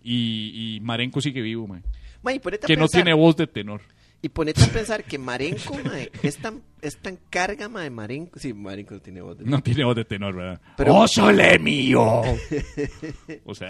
Speaker 2: y, y Marenco sigue vivo, mae.
Speaker 1: Mae, y ponete a
Speaker 2: que no
Speaker 1: pensar-
Speaker 2: tiene voz de tenor.
Speaker 1: Y ponete a pensar que Marenco, mae, es tan, es tan carga, mae, Marenco. Sí, Marenco no tiene voz. de-
Speaker 2: No tiene voz de tenor, ¿verdad?
Speaker 1: Pero-
Speaker 2: ¡Oh, sole
Speaker 1: *laughs*
Speaker 2: mío! o sea,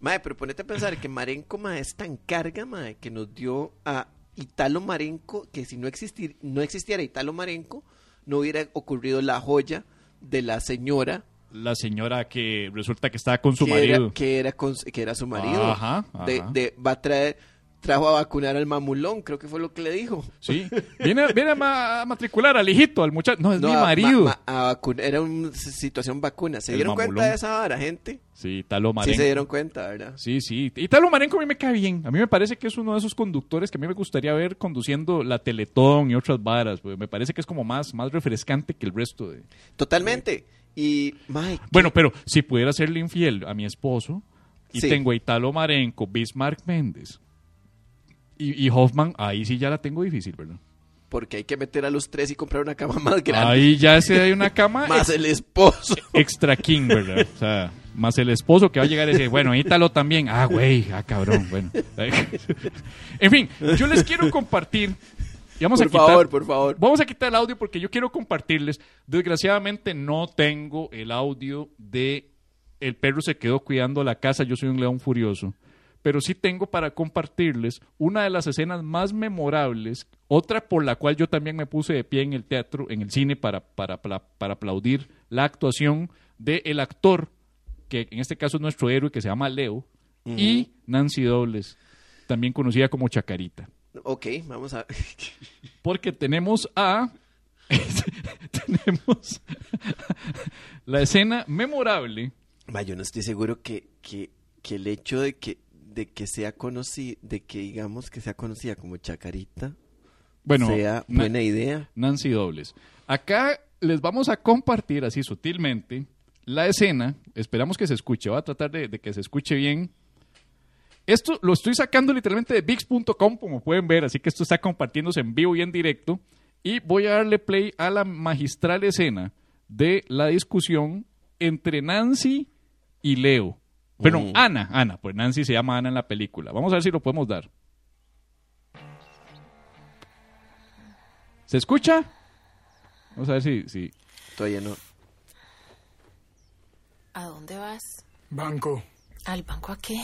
Speaker 1: Mae, pero ponete a pensar que Marenco, mae, es tan carga, mae, que nos dio a Italo Marenco, que si no, existir, no existiera Italo Marenco, no hubiera ocurrido la joya de la señora
Speaker 2: la señora que resulta que estaba con su
Speaker 1: que,
Speaker 2: marido.
Speaker 1: era, que, era con- que era su marido.
Speaker 2: Ajá, ajá.
Speaker 1: De, de- va a traer, trajo a vacunar al mamulón, creo que fue lo que le dijo.
Speaker 2: Sí, viene, viene a, ma- a matricular al hijito, al muchacho. No, es
Speaker 1: No,
Speaker 2: mi
Speaker 1: a- ma-
Speaker 2: marido.
Speaker 1: ma- a vacuna- era una s- situación vacuna. ¿Se
Speaker 2: El
Speaker 1: dieron cuenta
Speaker 2: mamulón.
Speaker 1: de esa vara, gente?
Speaker 2: Sí, Talo Marenco.
Speaker 1: Sí se dieron cuenta, ¿verdad?
Speaker 2: Sí, sí. Y Talo Marenco a mí me cae bien. A mí me parece que es uno de esos conductores que a mí me gustaría ver conduciendo la Teletón y otras varas. porque Me parece que es como más, más refrescante que el resto de...
Speaker 1: Totalmente. Y, mae,
Speaker 2: Bueno, pero si pudiera serle infiel a mi esposo y
Speaker 1: Sí.
Speaker 2: tengo a Italo Marenco, Bismarck Méndez y, y Hoffman, ahí sí ya la tengo difícil, ¿verdad?
Speaker 1: porque hay que meter a los tres y comprar una cama más grande.
Speaker 2: Ahí ya se hay una cama
Speaker 1: *laughs* más
Speaker 2: ex-
Speaker 1: el esposo.
Speaker 2: *laughs* extra king, ¿verdad? O sea, más el esposo que va a llegar y decir, bueno, Ítalo también. Ah, güey, ah, cabrón,
Speaker 1: *laughs*
Speaker 2: bueno. en fin, yo les quiero compartir. y vamos a
Speaker 1: Por
Speaker 2: quitar-
Speaker 1: favor, por favor.
Speaker 2: Vamos a quitar el audio porque yo quiero compartirles. Desgraciadamente no tengo el audio de El perro se quedó cuidando la casa, yo soy un león furioso. Pero sí tengo para compartirles una de las escenas más memorables, otra por la cual yo también me puse de pie en el teatro, en el cine, para, para, para, para aplaudir la actuación del actor, que en este caso es nuestro héroe, que se llama Leo, y Nancy Dobles, también conocida como Chacarita.
Speaker 1: Ok, vamos a. *laughs*
Speaker 2: Porque tenemos a. *laughs* tenemos la escena memorable.
Speaker 1: Ma, yo no estoy seguro que, que, que el hecho de que, de que sea conocida, de que digamos que sea conocida como Chacarita,
Speaker 2: Bueno,
Speaker 1: sea
Speaker 2: Na-
Speaker 1: buena idea.
Speaker 2: Nancy Dobles. Acá les vamos a compartir así sutilmente la escena. Esperamos que se escuche. Voy a tratar de, de que se escuche bien. Esto lo estoy sacando literalmente de VIX.com, como pueden ver. Así que esto está compartiéndose en vivo y en directo. Y voy a darle play a la magistral escena de la discusión entre Nancy y Leo. Perdón, Ana, Ana, pues Nancy se llama Ana en la película. Vamos a ver si lo podemos dar. ¿Se escucha? Vamos a ver si, si,
Speaker 1: Todavía no.
Speaker 5: ¿A dónde vas?
Speaker 6: Banco.
Speaker 5: ¿Al banco a qué?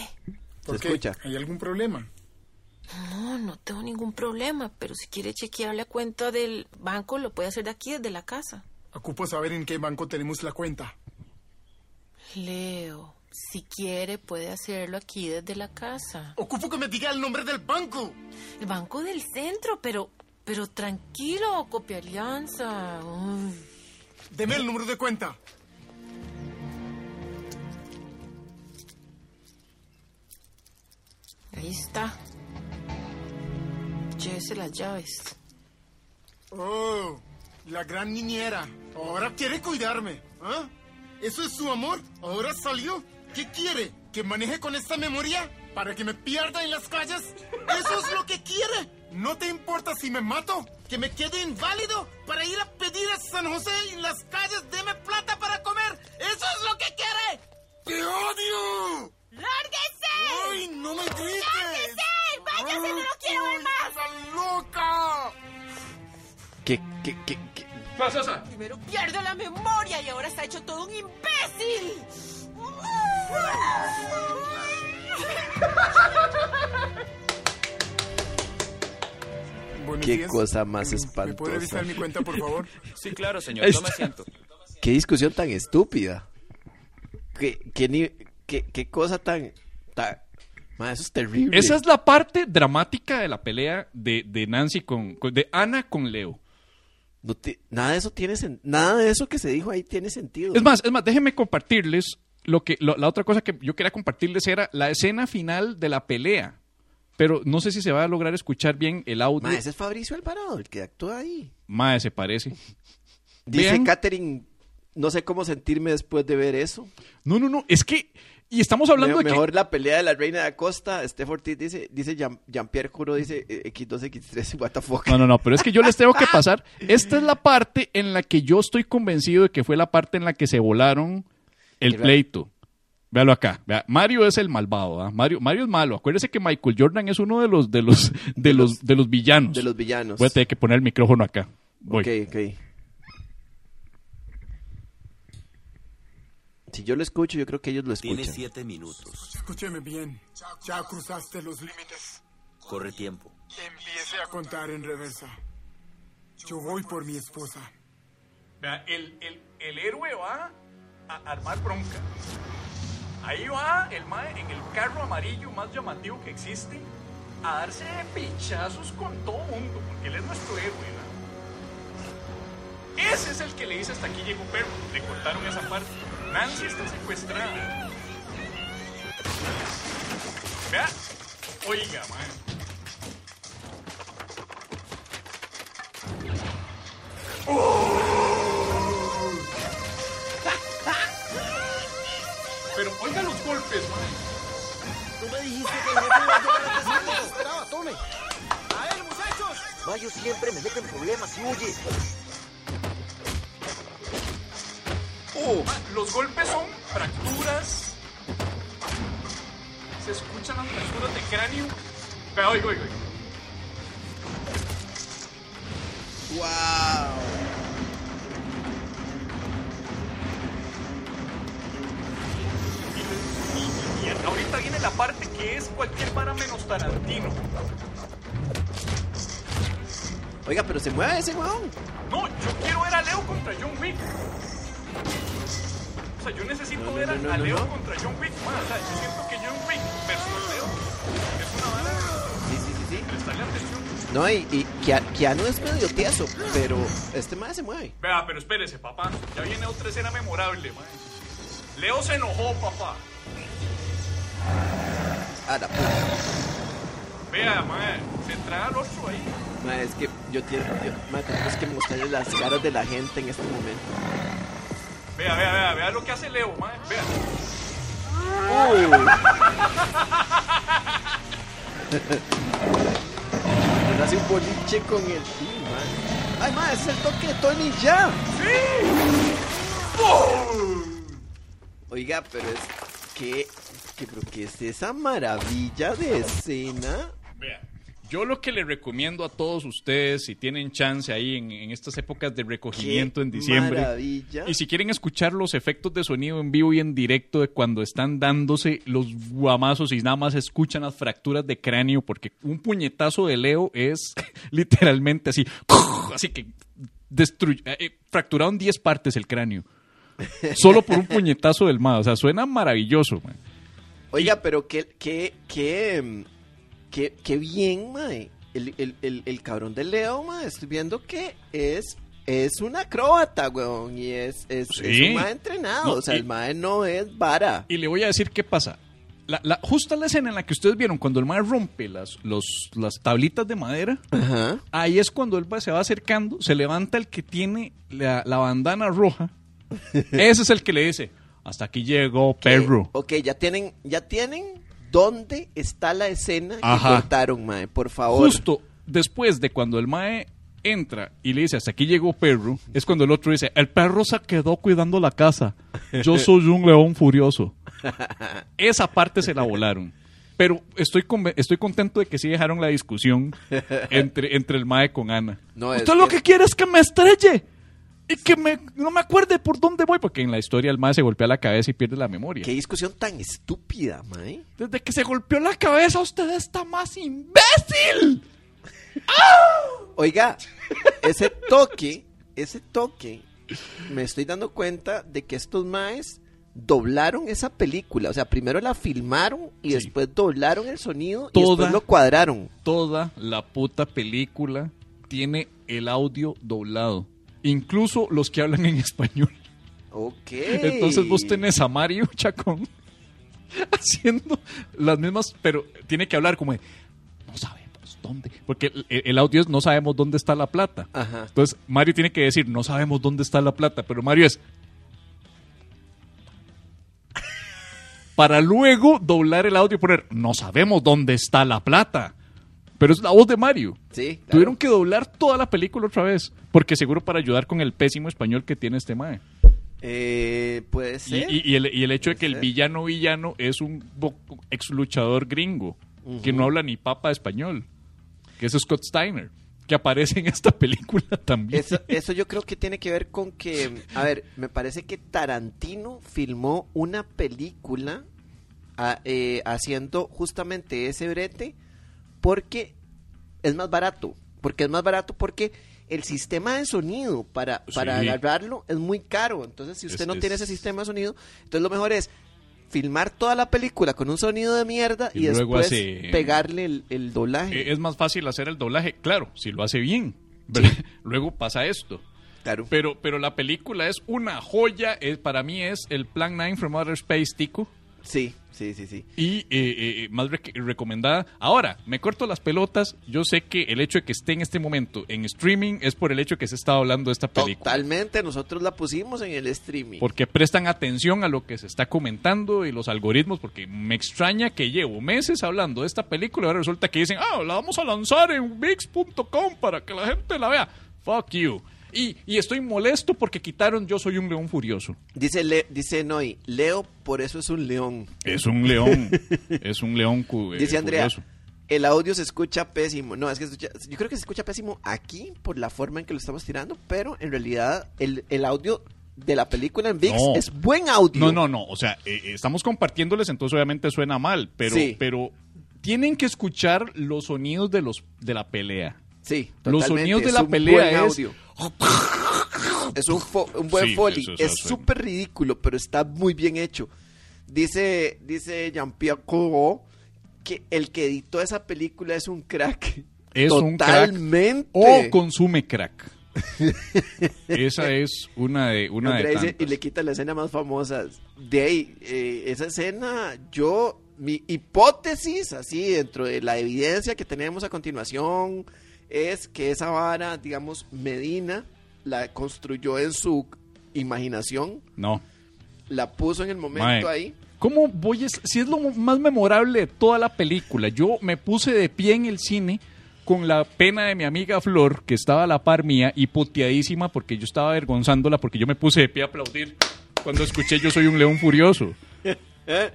Speaker 6: ¿Por
Speaker 1: Se
Speaker 6: qué?
Speaker 1: escucha.
Speaker 6: ¿Hay algún problema?
Speaker 5: No, no tengo ningún problema, pero si quiere chequear la cuenta del banco, lo puede hacer de aquí, desde la casa.
Speaker 6: Ocupo saber en qué banco tenemos la cuenta.
Speaker 5: Leo, si quiere, puede hacerlo aquí, desde la casa.
Speaker 6: Ocupo que me diga el nombre del banco.
Speaker 5: El banco del centro, pero... Pero tranquilo, copia alianza. Uy.
Speaker 6: Deme el número de cuenta.
Speaker 5: ahí está. Llévese las llaves.
Speaker 6: Oh, la gran niñera. Ahora quiere cuidarme. ¿Ah? ¿Eso es su amor? Ahora salió. ¿Qué quiere? ¿Que maneje con esta memoria? ¿Para que me pierda en las calles? ¿Eso es lo que quiere? ¿No te importa si me mato? ¿Que me quede inválido para ir a pedir a San José en las calles? ¡Deme plata para comer! ¡Eso es lo que quiere! ¡Te odio!
Speaker 7: ¡Lárguese!
Speaker 6: ¡Ay, no me grites!
Speaker 7: ¡Lárguese! ¡Váyase, no lo quiero ver
Speaker 6: Ay,
Speaker 7: más!
Speaker 6: ¡Está loca!
Speaker 1: ¿Qué, qué, qué, qué?
Speaker 5: Primero pierdo la memoria y ahora está hecho todo un imbécil.
Speaker 6: Buenos
Speaker 1: Qué cosa más
Speaker 6: ¿Me- ¿Me
Speaker 1: espantosa.
Speaker 6: puede revisar mi cuenta,
Speaker 1: *laughs*
Speaker 6: por favor?
Speaker 8: Sí, claro, señor, tome
Speaker 1: Está-
Speaker 8: asiento.
Speaker 1: ¿Qué discusión tan estúpida? ¿Qué, qué, ni- qué, qué cosa tan... tan... Ma, eso es terrible.
Speaker 2: Esa es la parte dramática de la pelea de, de Nancy con, con- de Ana con Leo.
Speaker 1: No ti- nada de eso tiene sen- nada de eso que se dijo ahí tiene sentido.
Speaker 2: Es más, es más, déjenme compartirles lo que lo- la otra cosa que yo quería compartirles era la escena final de la pelea. Pero no sé si se va a lograr escuchar bien el audio.
Speaker 1: Ma, ese es Fabricio Alvarado, el que actúa ahí.
Speaker 2: Mae, se parece.
Speaker 1: Dice
Speaker 2: Vean.
Speaker 1: Catherine, no sé cómo sentirme después de ver eso.
Speaker 2: No, no, no. Es que. Y estamos hablando
Speaker 1: Me-
Speaker 2: de
Speaker 1: mejor la pelea de la reina de Acosta, Steph Ortiz dice, dice Jean- Jean-Pierre Juro dice eh, X2, X3, what the fuck.
Speaker 2: que. No, no, no. Pero es que yo les tengo que pasar. Esta es la parte en la que yo estoy convencido de que fue la parte en la que se volaron el
Speaker 1: Claro.
Speaker 2: pleito. Véalo acá. vea, Mario es el malvado. ¿ah? Mario, Mario es malo. Acuérdese que Michael Jordan es uno de los, de los, de los, de los villanos.
Speaker 1: De los villanos.
Speaker 2: Voy a tener que poner el micrófono acá. Voy.
Speaker 1: Ok, ok. Si yo lo escucho, yo creo que ellos lo
Speaker 9: Tiene
Speaker 1: escuchan.
Speaker 9: siete minutos.
Speaker 6: Escúcheme bien. Ya cruzaste los límites.
Speaker 9: Corre tiempo.
Speaker 6: Empiece a contar en reversa. Yo voy por mi esposa.
Speaker 2: Vea, El, el- el héroe va a armar bronca. Ahí va el mae en el carro amarillo más llamativo que existe a darse de pichazos con todo mundo, porque él es nuestro héroe, ¿verdad? Ese es el que le dice hasta aquí llegó perro. Le cortaron esa parte. Nancy está secuestrada. Vea, oiga, mae. Pero oiga los golpes, mae.
Speaker 6: Tú me dijiste que no te iba a llevar a Esperaba, tome. ¡A él, muchachos!
Speaker 3: Mayo siempre me mete en problemas y huye.
Speaker 2: Los golpes son fracturas. Se escuchan las fracturas de cráneo. Pero, oiga, oiga, oiga. Y- y- y ahorita viene la parte que es cualquier vara menos Tarantino.
Speaker 1: Oiga, pero se mueve ese weón.
Speaker 2: No, yo quiero ver a Leo contra John Wick. O sea, yo necesito
Speaker 1: No, no,
Speaker 2: ver a,
Speaker 1: no, no,
Speaker 2: a
Speaker 1: no,
Speaker 2: Leo
Speaker 1: no.
Speaker 2: contra John Wick. más. o sea, yo siento que John Wick versus Leo es una vara
Speaker 1: Sí, sí, sí, sí.
Speaker 2: que prestarle atención.
Speaker 1: No, y, y Kea- Keanu es medio tieso, pero este madre se mueve.
Speaker 2: Vea, pero espérese, papá. Ya viene otra escena memorable, mae. Leo se enojó, papá.
Speaker 1: A la puta.
Speaker 2: Vea, mae. Se trae al otro ahí.
Speaker 1: Mae, es que yo tiene- yo- mae, tenemos que mostrarle las caras de la gente en este momento.
Speaker 2: Vea, vea, vea, vea lo que hace Leo, mae. Vea.
Speaker 1: Pero hace un boliche con el. Sí, mae. Ay, mae, ese es el toque de Tony ya. Oiga, pero es. ¿Qué? ¿Qué, pero qué es esa maravilla de escena?
Speaker 2: Vea, yo lo que le recomiendo a todos ustedes, si tienen chance ahí en, en estas épocas de recogimiento
Speaker 1: Qué
Speaker 2: en diciembre,
Speaker 1: maravilla.
Speaker 2: y si quieren escuchar los efectos de sonido en vivo y en directo de cuando están dándose los guamazos y nada más escuchan las fracturas de cráneo, porque un puñetazo de Leo es *laughs* literalmente así, *laughs* así que destruye, eh, eh, fracturado en 10 partes el cráneo. Solo por un puñetazo del más, o sea, suena maravilloso. man.
Speaker 1: Oiga, pero qué, qué, qué, mm, qué, qué bien, mae. El, el, el, el cabrón de Leo, mae, estoy viendo que es, es un acróbata, weón, y es, es, es
Speaker 2: Sí.
Speaker 1: un mae entrenado,
Speaker 2: No,
Speaker 1: o sea,
Speaker 2: y-
Speaker 1: el mae no es vara.
Speaker 2: Y le voy a decir qué pasa. La, la- justo la escena en la que ustedes vieron cuando el mae rompe las, los, las tablitas de madera,
Speaker 1: Ajá.
Speaker 2: ahí es cuando él va- se va acercando, se levanta el que tiene la, la bandana roja. Ese es el que le dice, hasta aquí llegó perro.
Speaker 1: Eh, Ok, ya tienen, ya tienen dónde está la escena
Speaker 2: Ajá.
Speaker 1: que cortaron, mae, por favor.
Speaker 2: Justo después de cuando el mae entra y le dice, hasta aquí llegó perro, es cuando el otro dice, el perro se quedó cuidando la casa.
Speaker 1: *laughs*
Speaker 2: Yo soy un león furioso. Esa parte se la volaron. Pero estoy, conven- estoy contento de que sí dejaron la discusión entre, entre el mae con Ana.
Speaker 1: No, es
Speaker 2: Usted lo
Speaker 1: que-
Speaker 2: que... quiere es que me estrelle y que me, no me acuerde por dónde voy, porque en la historia el mae se golpea la cabeza y pierde la memoria.
Speaker 1: Qué discusión tan estúpida, mae.
Speaker 2: Desde que se golpeó la cabeza usted está más imbécil.
Speaker 1: Oiga, ese toque, ese toque, me estoy dando cuenta de que estos maes doblaron esa película. O sea, primero la filmaron y
Speaker 2: Sí.
Speaker 1: después doblaron el sonido y
Speaker 2: Toda-
Speaker 1: después lo cuadraron.
Speaker 2: toda la puta película tiene el audio doblado. Incluso los que hablan en español.
Speaker 1: Ok.
Speaker 2: Entonces vos tenés a Mario *laughs* Chacón haciendo las mismas, pero tiene que hablar como de, no sabemos dónde. Porque el, el audio es no sabemos dónde está la plata.
Speaker 1: Ajá.
Speaker 2: Entonces Mario tiene que decir, no sabemos dónde está la plata, pero Mario es... *laughs* Para luego doblar el audio y poner, no sabemos dónde está la plata. Pero es la voz de Mario.
Speaker 1: Sí, claro.
Speaker 2: Tuvieron que doblar toda la película otra vez. Porque seguro para ayudar con el pésimo español que tiene este mae.
Speaker 1: Eh, puede
Speaker 2: Y,
Speaker 1: ser.
Speaker 2: y- y el, y el hecho de que el
Speaker 1: ser.
Speaker 2: villano villano es un bo- ex luchador gringo que no habla ni papa de español, que es Scott Steiner, que aparece en esta película también. *laughs*
Speaker 1: Eso, eso yo creo que tiene que ver con que, a ver, me parece que Tarantino filmó una película a- eh, haciendo justamente ese brete porque es más barato, porque es más barato porque el sistema de sonido para, para
Speaker 2: Sí.
Speaker 1: agarrarlo es muy caro, entonces si usted
Speaker 2: Es-
Speaker 1: no tiene ese
Speaker 2: es-
Speaker 1: sistema de sonido, entonces lo mejor es filmar toda la película con un sonido de mierda y,
Speaker 2: Y luego
Speaker 1: después
Speaker 2: hace-
Speaker 1: pegarle el, el doblaje.
Speaker 2: Eh, Es más fácil hacer el doblaje, claro, si lo hace bien. ¿verdad? *laughs* Luego pasa esto.
Speaker 1: claro.
Speaker 2: Pero, pero la película es una joya, es, para mí es el Plan 9 from Outer Space, Tico.
Speaker 1: Sí, sí, sí, sí.
Speaker 2: Y eh, eh, eh, más rec- recomendada. Ahora, me corto las pelotas. Yo sé que el hecho de que esté en este momento en streaming es por el hecho que se está hablando de esta película.
Speaker 1: Totalmente, nosotros la pusimos en el streaming.
Speaker 2: Porque prestan atención a lo que se está comentando y los algoritmos, porque me extraña que llevo meses hablando de esta película y ahora resulta que dicen, ah, la vamos a lanzar en VIX.com para que la gente la vea. Fuck you. Y, y estoy molesto porque quitaron Yo Soy un León Furioso.
Speaker 1: Dice, Le- dice Noy, Leo por eso es un león.
Speaker 2: Es un león. *laughs* es un león cu- eh,
Speaker 1: Dice Andrea,
Speaker 2: furioso.
Speaker 1: el audio se escucha pésimo. No, es que se escucha- yo creo que se escucha pésimo aquí por la forma en que lo estamos tirando, pero en realidad el, el audio de la película en VIX
Speaker 2: No.
Speaker 1: es buen audio.
Speaker 2: No, no, no. O sea, eh, eh, estamos compartiéndoles, entonces obviamente suena mal, pero,
Speaker 1: Sí.
Speaker 2: pero tienen que escuchar los sonidos de, los, de la pelea.
Speaker 1: Sí,
Speaker 2: Los
Speaker 1: totalmente,
Speaker 2: sonidos de
Speaker 1: es
Speaker 2: la
Speaker 1: un
Speaker 2: pelea
Speaker 1: buen
Speaker 2: es-
Speaker 1: audio. Es un, fo- un buen
Speaker 2: Sí,
Speaker 1: foley.
Speaker 2: eso- eso
Speaker 1: Es
Speaker 2: suena.
Speaker 1: súper ridículo, pero está muy bien hecho. Dice, dice Jean-Pierre Corot que el que editó esa película es un crack.
Speaker 2: Es un crack.
Speaker 1: Totalmente.
Speaker 2: O
Speaker 1: *laughs*
Speaker 2: consume crack. Esa es una de una de
Speaker 1: Andrea dice, y
Speaker 2: tantas.
Speaker 1: le quita la escena más famosa. De ahí, eh, esa escena, yo, mi hipótesis, así, dentro de la evidencia que tenemos a continuación, es que esa vara, digamos, Medina la construyó en su imaginación,
Speaker 2: No.
Speaker 1: la puso en el momento
Speaker 2: mae.
Speaker 1: ahí.
Speaker 2: ¿Cómo voy a- si es lo más memorable de toda la película? Yo me puse de pie en el cine con la pena de mi amiga Flor, que estaba a la par mía y puteadísima porque yo estaba avergonzándola porque yo me puse de pie a aplaudir cuando escuché Yo soy un león
Speaker 1: *laughs*
Speaker 2: furioso.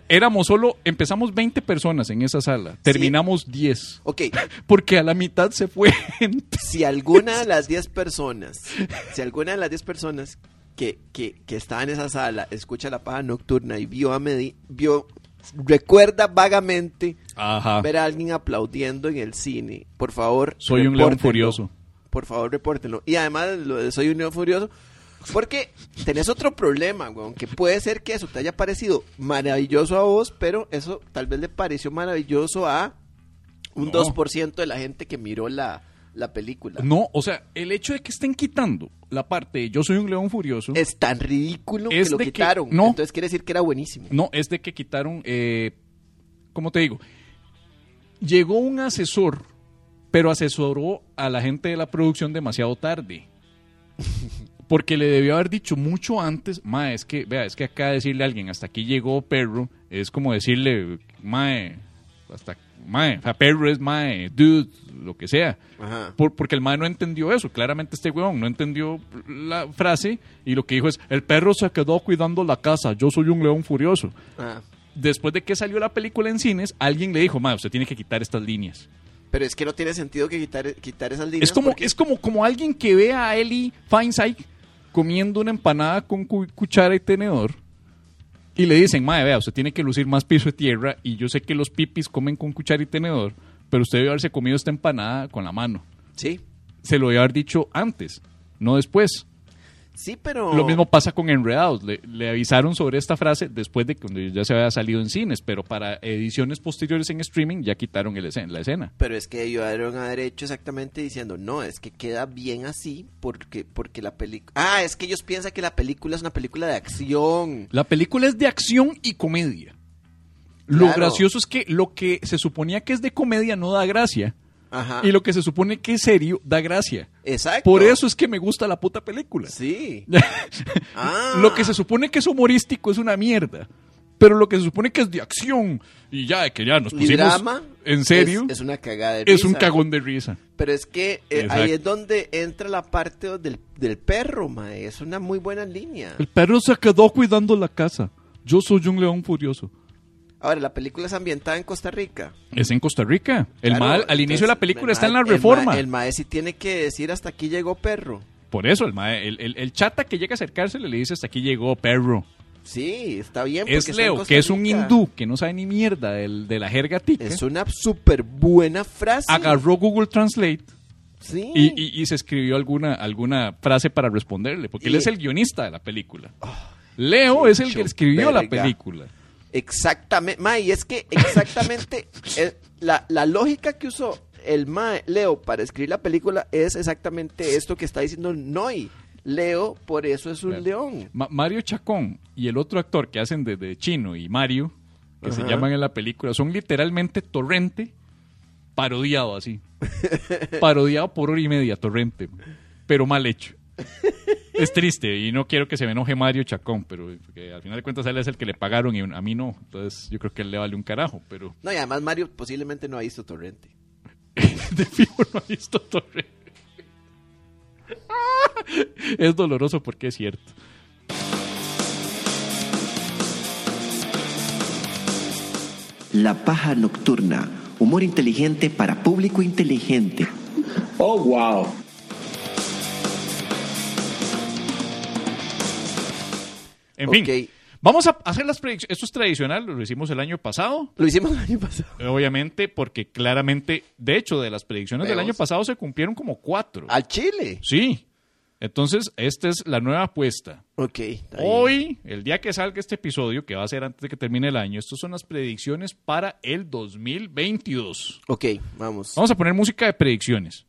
Speaker 2: Éramos solo, empezamos 20 personas en esa sala, terminamos 10,
Speaker 1: Ok,
Speaker 2: porque a la mitad se fue *laughs* gente.
Speaker 1: si alguna de las 10 personas, si alguna de las 10 personas que, que, que estaba en esa sala escucha la paja nocturna y vio a Medi, vio, recuerda vagamente
Speaker 2: Ajá.
Speaker 1: ver a alguien aplaudiendo en el cine, por favor.
Speaker 2: Soy un león
Speaker 1: repórtenlo.
Speaker 2: furioso.
Speaker 1: Por favor, repórtenlo. Y además, lo de soy un león furioso. Porque tenés otro problema, weón, que puede ser que eso te haya parecido maravilloso a vos, pero eso tal vez le pareció maravilloso a un
Speaker 2: No.
Speaker 1: 2% de la gente que miró la, la película.
Speaker 2: No, o sea, el hecho de que estén quitando la parte de Yo soy un león furioso.
Speaker 1: Es tan ridículo
Speaker 2: Es
Speaker 1: que lo
Speaker 2: de que-
Speaker 1: quitaron.
Speaker 2: no.
Speaker 1: Entonces quiere decir que era buenísimo.
Speaker 2: No, es de que quitaron eh, como te digo, llegó un asesor, pero asesoró a la gente de la producción demasiado tarde. Porque le debió haber dicho mucho antes, ma, es que, vea, es que acá decirle a alguien, hasta aquí llegó perro, es como decirle, mae, hasta, mae, o sea, perro es mae, dude, lo que sea.
Speaker 1: Ajá.
Speaker 2: Por- porque el mae no entendió eso, claramente este weón no entendió la frase y lo que dijo es, el perro se quedó cuidando la casa, yo soy un león furioso
Speaker 1: Ah,
Speaker 2: después de que salió la película en cines, alguien le dijo, madre, usted tiene que quitar estas líneas.
Speaker 1: pero es que no tiene sentido que quitar, quitar esas líneas.
Speaker 2: Es como,
Speaker 1: porque-
Speaker 2: es como, como alguien que ve a Ellie Feinstein comiendo una empanada con cu- cuchara y tenedor y le dicen, madre, vea, usted tiene que lucir más piso de tierra y yo sé que los pipis comen con cuchara y tenedor, pero usted debe haberse comido esta empanada con la mano.
Speaker 1: Sí,
Speaker 2: Se lo debe haber dicho antes, no después.
Speaker 1: sí, pero...
Speaker 2: Lo mismo pasa con Enredados. Le, le avisaron sobre esta frase después de cuando ya se había salido en cines, pero para ediciones posteriores en streaming ya quitaron el escena- la escena.
Speaker 1: Pero es que debieron haber hecho exactamente diciendo, no, es que queda bien así porque, porque la película... Ah, es que ellos piensan que la película es una película de acción.
Speaker 2: La película es de acción y comedia. Lo
Speaker 1: Claro.
Speaker 2: gracioso es que lo que se suponía que es de comedia no da gracia.
Speaker 1: Ajá.
Speaker 2: Y lo que se supone que es serio da gracia.
Speaker 1: Ah. Exacto.
Speaker 2: Por eso es que me gusta la puta película. *laughs*
Speaker 1: Sí. Ah.
Speaker 2: Lo que se supone que es humorístico es una mierda. Pero lo que se supone que es de acción y ya que ya nos
Speaker 1: Ah. Y
Speaker 2: pusimos
Speaker 1: drama
Speaker 2: en serio
Speaker 1: Es, es una cagada de
Speaker 2: es un
Speaker 1: risa.
Speaker 2: cagón de risa.
Speaker 1: Pero es que eh,
Speaker 2: Exacto.
Speaker 1: ahí es donde entra la parte del, del perro, mae. Es una muy buena línea.
Speaker 2: El perro se quedó cuidando la casa. Yo soy un león furioso.
Speaker 1: Ahora, la película es ambientada en Costa Rica.
Speaker 2: Es en Costa Rica. El
Speaker 1: Claro,
Speaker 2: mal al inicio de la
Speaker 1: entonces, el
Speaker 2: película está
Speaker 1: mae-
Speaker 2: en la
Speaker 1: el mae-
Speaker 2: reforma.
Speaker 1: El mae sí tiene que decir hasta aquí llegó perro.
Speaker 2: Por eso, el, ma- el, el- el chata que llega a acercarse le dice hasta aquí llegó perro.
Speaker 1: Sí, está bien. porque
Speaker 2: Es
Speaker 1: está en
Speaker 2: Leo,
Speaker 1: Costa
Speaker 2: que es un
Speaker 1: Rica.
Speaker 2: hindú que no sabe ni mierda del- de la jerga tica.
Speaker 1: Es una súper buena frase.
Speaker 2: Agarró Google Translate
Speaker 1: Sí.
Speaker 2: y, y- y se escribió alguna, alguna frase para responderle, porque él
Speaker 1: Y-
Speaker 2: es el guionista de la película. Leo es el que
Speaker 1: hecho
Speaker 2: escribió la
Speaker 1: verga.
Speaker 2: película.
Speaker 1: Exactamente. Mae, y es que
Speaker 2: *laughs*
Speaker 1: exactamente el- la, la lógica que usó el Mae Leo para escribir la película es exactamente esto que está diciendo Noy. Leo, por eso es un
Speaker 2: Claro.
Speaker 1: león.
Speaker 2: Ma- Mario Chacón y el otro actor que hacen desde Chino y Mario, que se llaman en la película, son literalmente Torrente parodiado así. parodiado por hora y media, Torrente, pero mal hecho. Es triste y no quiero que se me enoje Mario Chacón, pero porque al final de cuentas él es el que le pagaron y a mí no. Entonces yo creo que él le vale un carajo, pero *laughs*
Speaker 1: No, y además Mario posiblemente no ha visto Torrente.
Speaker 2: de fijo no ha visto Torrente. *laughs* es doloroso porque es cierto.
Speaker 4: La paja nocturna. Humor inteligente para público inteligente.
Speaker 2: En fin,
Speaker 1: Ok.
Speaker 2: vamos a hacer las predicciones. Esto es tradicional, lo hicimos el año pasado.
Speaker 1: Lo hicimos el año pasado.
Speaker 2: Obviamente, porque claramente, de hecho, de las predicciones del
Speaker 1: Veamos.
Speaker 2: año pasado se cumplieron como cuatro.
Speaker 1: Al Chile.
Speaker 2: Sí. Entonces, esta es la nueva apuesta.
Speaker 1: Ok. está bien.
Speaker 2: Hoy, el día que salga este episodio, que va a ser antes de que termine el año, estas son las predicciones para el 2022.
Speaker 1: Ok, vamos.
Speaker 2: Vamos a poner música de predicciones.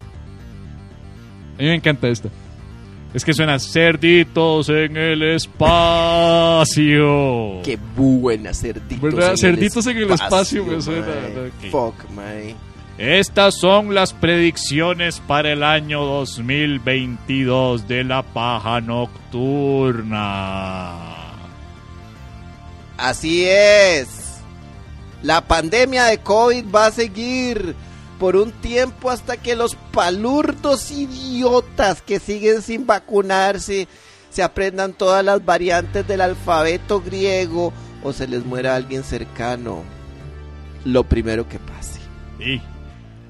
Speaker 2: A mí me encanta esta. Es que suena cerditos en el espacio.
Speaker 1: Qué buena, cerditos.
Speaker 2: ¿Verdad?
Speaker 1: en el
Speaker 2: Cerditos en el espacio, me suena,
Speaker 1: mae.
Speaker 2: ¿verdad? Ok.
Speaker 1: Fuck, mae.
Speaker 2: Estas son las predicciones para el año 2022 de la paja nocturna.
Speaker 1: Así es. La pandemia de COVID va a seguir por un tiempo hasta que los palurdos idiotas que siguen sin vacunarse se aprendan todas las variantes del alfabeto griego o se les muera alguien cercano. Lo primero que pase.
Speaker 2: Y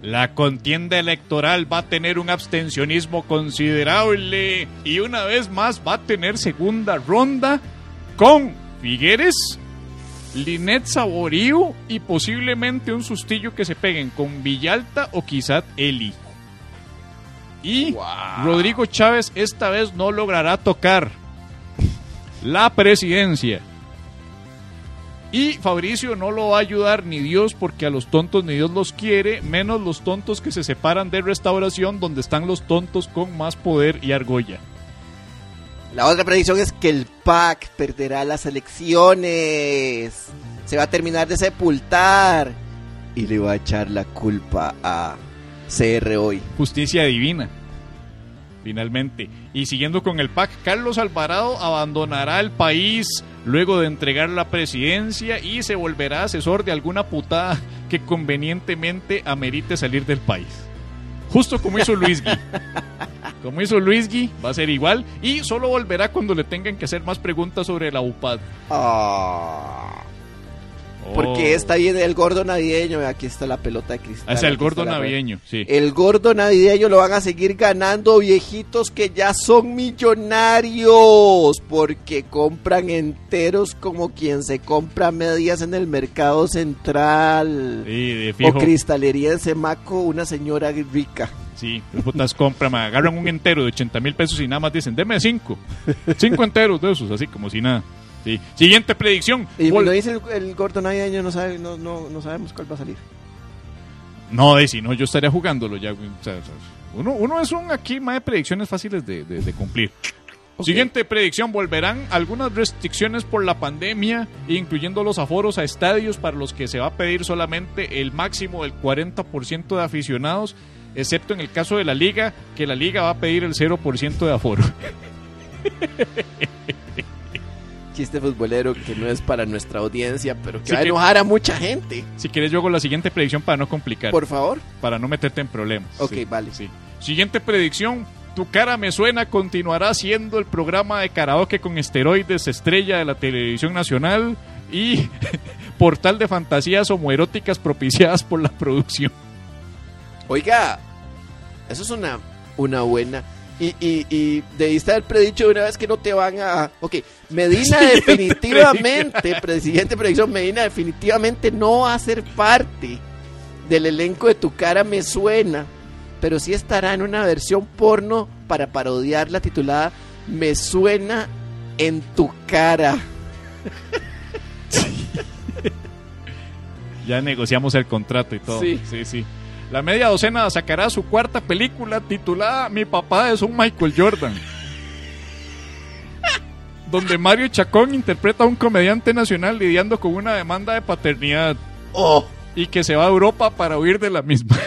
Speaker 2: la contienda electoral va a tener un abstencionismo considerable y una vez más va a tener segunda ronda con Figueres, Linet Saborío y posiblemente un sustillo que se peguen con Villalta o quizás Eli. Y Rodrigo Chávez esta vez no logrará tocar la presidencia. Y Fabricio no lo va a ayudar ni Dios porque a los tontos ni Dios los quiere, menos los tontos que se separan de restauración donde están los tontos con más poder y argolla.
Speaker 1: La otra predicción es que el PAC perderá las elecciones. se va a terminar de sepultar y le va a echar la culpa a CR hoy.
Speaker 2: Justicia divina. Finalmente. Y siguiendo con el PAC, Carlos Alvarado abandonará el país luego de entregar la presidencia y se volverá asesor de alguna putada que convenientemente amerite salir del país. Justo como hizo Luisgui. Como hizo Luisgui, va a ser igual y solo volverá cuando le tengan que hacer más preguntas sobre la UPAD.
Speaker 1: Ah, porque
Speaker 2: Oh.
Speaker 1: está bien el gordo navideño. Aquí está la pelota de cristal.
Speaker 2: Ah, Es el
Speaker 1: aquí
Speaker 2: gordo
Speaker 1: está la red.
Speaker 2: navideño, sí.
Speaker 1: El gordo navideño lo van a seguir ganando viejitos que ya son millonarios porque compran enteros como quien se compra medias en el mercado central.
Speaker 2: Sí, de fijo.
Speaker 1: O cristalería en Semaco, una señora rica.
Speaker 2: Sí, los putas compran, me agarran un entero de 80 mil pesos y nada más dicen, deme cinco. Cinco enteros de esos, así como si nada. Sí. Siguiente predicción.
Speaker 1: Y
Speaker 2: Vol-
Speaker 1: lo dice el, el gordo navideño, no, sabe, no, no, no sabemos cuál va a salir.
Speaker 2: No, de si no, yo estaría jugándolo ya. güey. O sea, o sea, uno, uno es un aquí más de predicciones fáciles de, de- de cumplir. Siguiente predicción, volverán algunas restricciones por la pandemia, incluyendo los aforos a estadios para los que se va a pedir solamente el máximo del 40% de aficionados, excepto en el caso de la liga, que la liga va a pedir el 0% de aforo.
Speaker 1: Chiste futbolero que no es para nuestra audiencia, pero que
Speaker 2: Sí
Speaker 1: va a
Speaker 2: que-
Speaker 1: enojar a mucha gente.
Speaker 2: Si quieres, yo hago la siguiente predicción para no complicar,
Speaker 1: Por favor.
Speaker 2: para no meterte en problemas.
Speaker 1: Ok,
Speaker 2: Sí,
Speaker 1: vale.
Speaker 2: sí. Siguiente predicción. Tu cara me suena continuará siendo el programa de karaoke con esteroides estrella de la televisión nacional y *laughs* portal de fantasías homoeróticas propiciadas por la producción.
Speaker 1: Oiga, eso es una, una buena. Y, y, y debiste haber predicho de una vez que no te van a. Ok,
Speaker 2: *laughs*
Speaker 1: Medina
Speaker 2: Siguiente
Speaker 1: definitivamente, pre- siguiente predicción, Medina definitivamente no va a ser parte del elenco de Tu Cara Me Suena, pero sí estará en una versión porno para parodiarla titulada Me Suena en Tu Cara.
Speaker 2: Ya negociamos el contrato y todo.
Speaker 1: Sí.
Speaker 2: sí, sí. La media docena sacará su cuarta película titulada Mi papá es un Michael
Speaker 1: *laughs*
Speaker 2: Jordan. donde Mario Chacón interpreta a un comediante nacional lidiando con una demanda de paternidad
Speaker 1: Oh,
Speaker 2: y que se va a Europa para huir de la misma.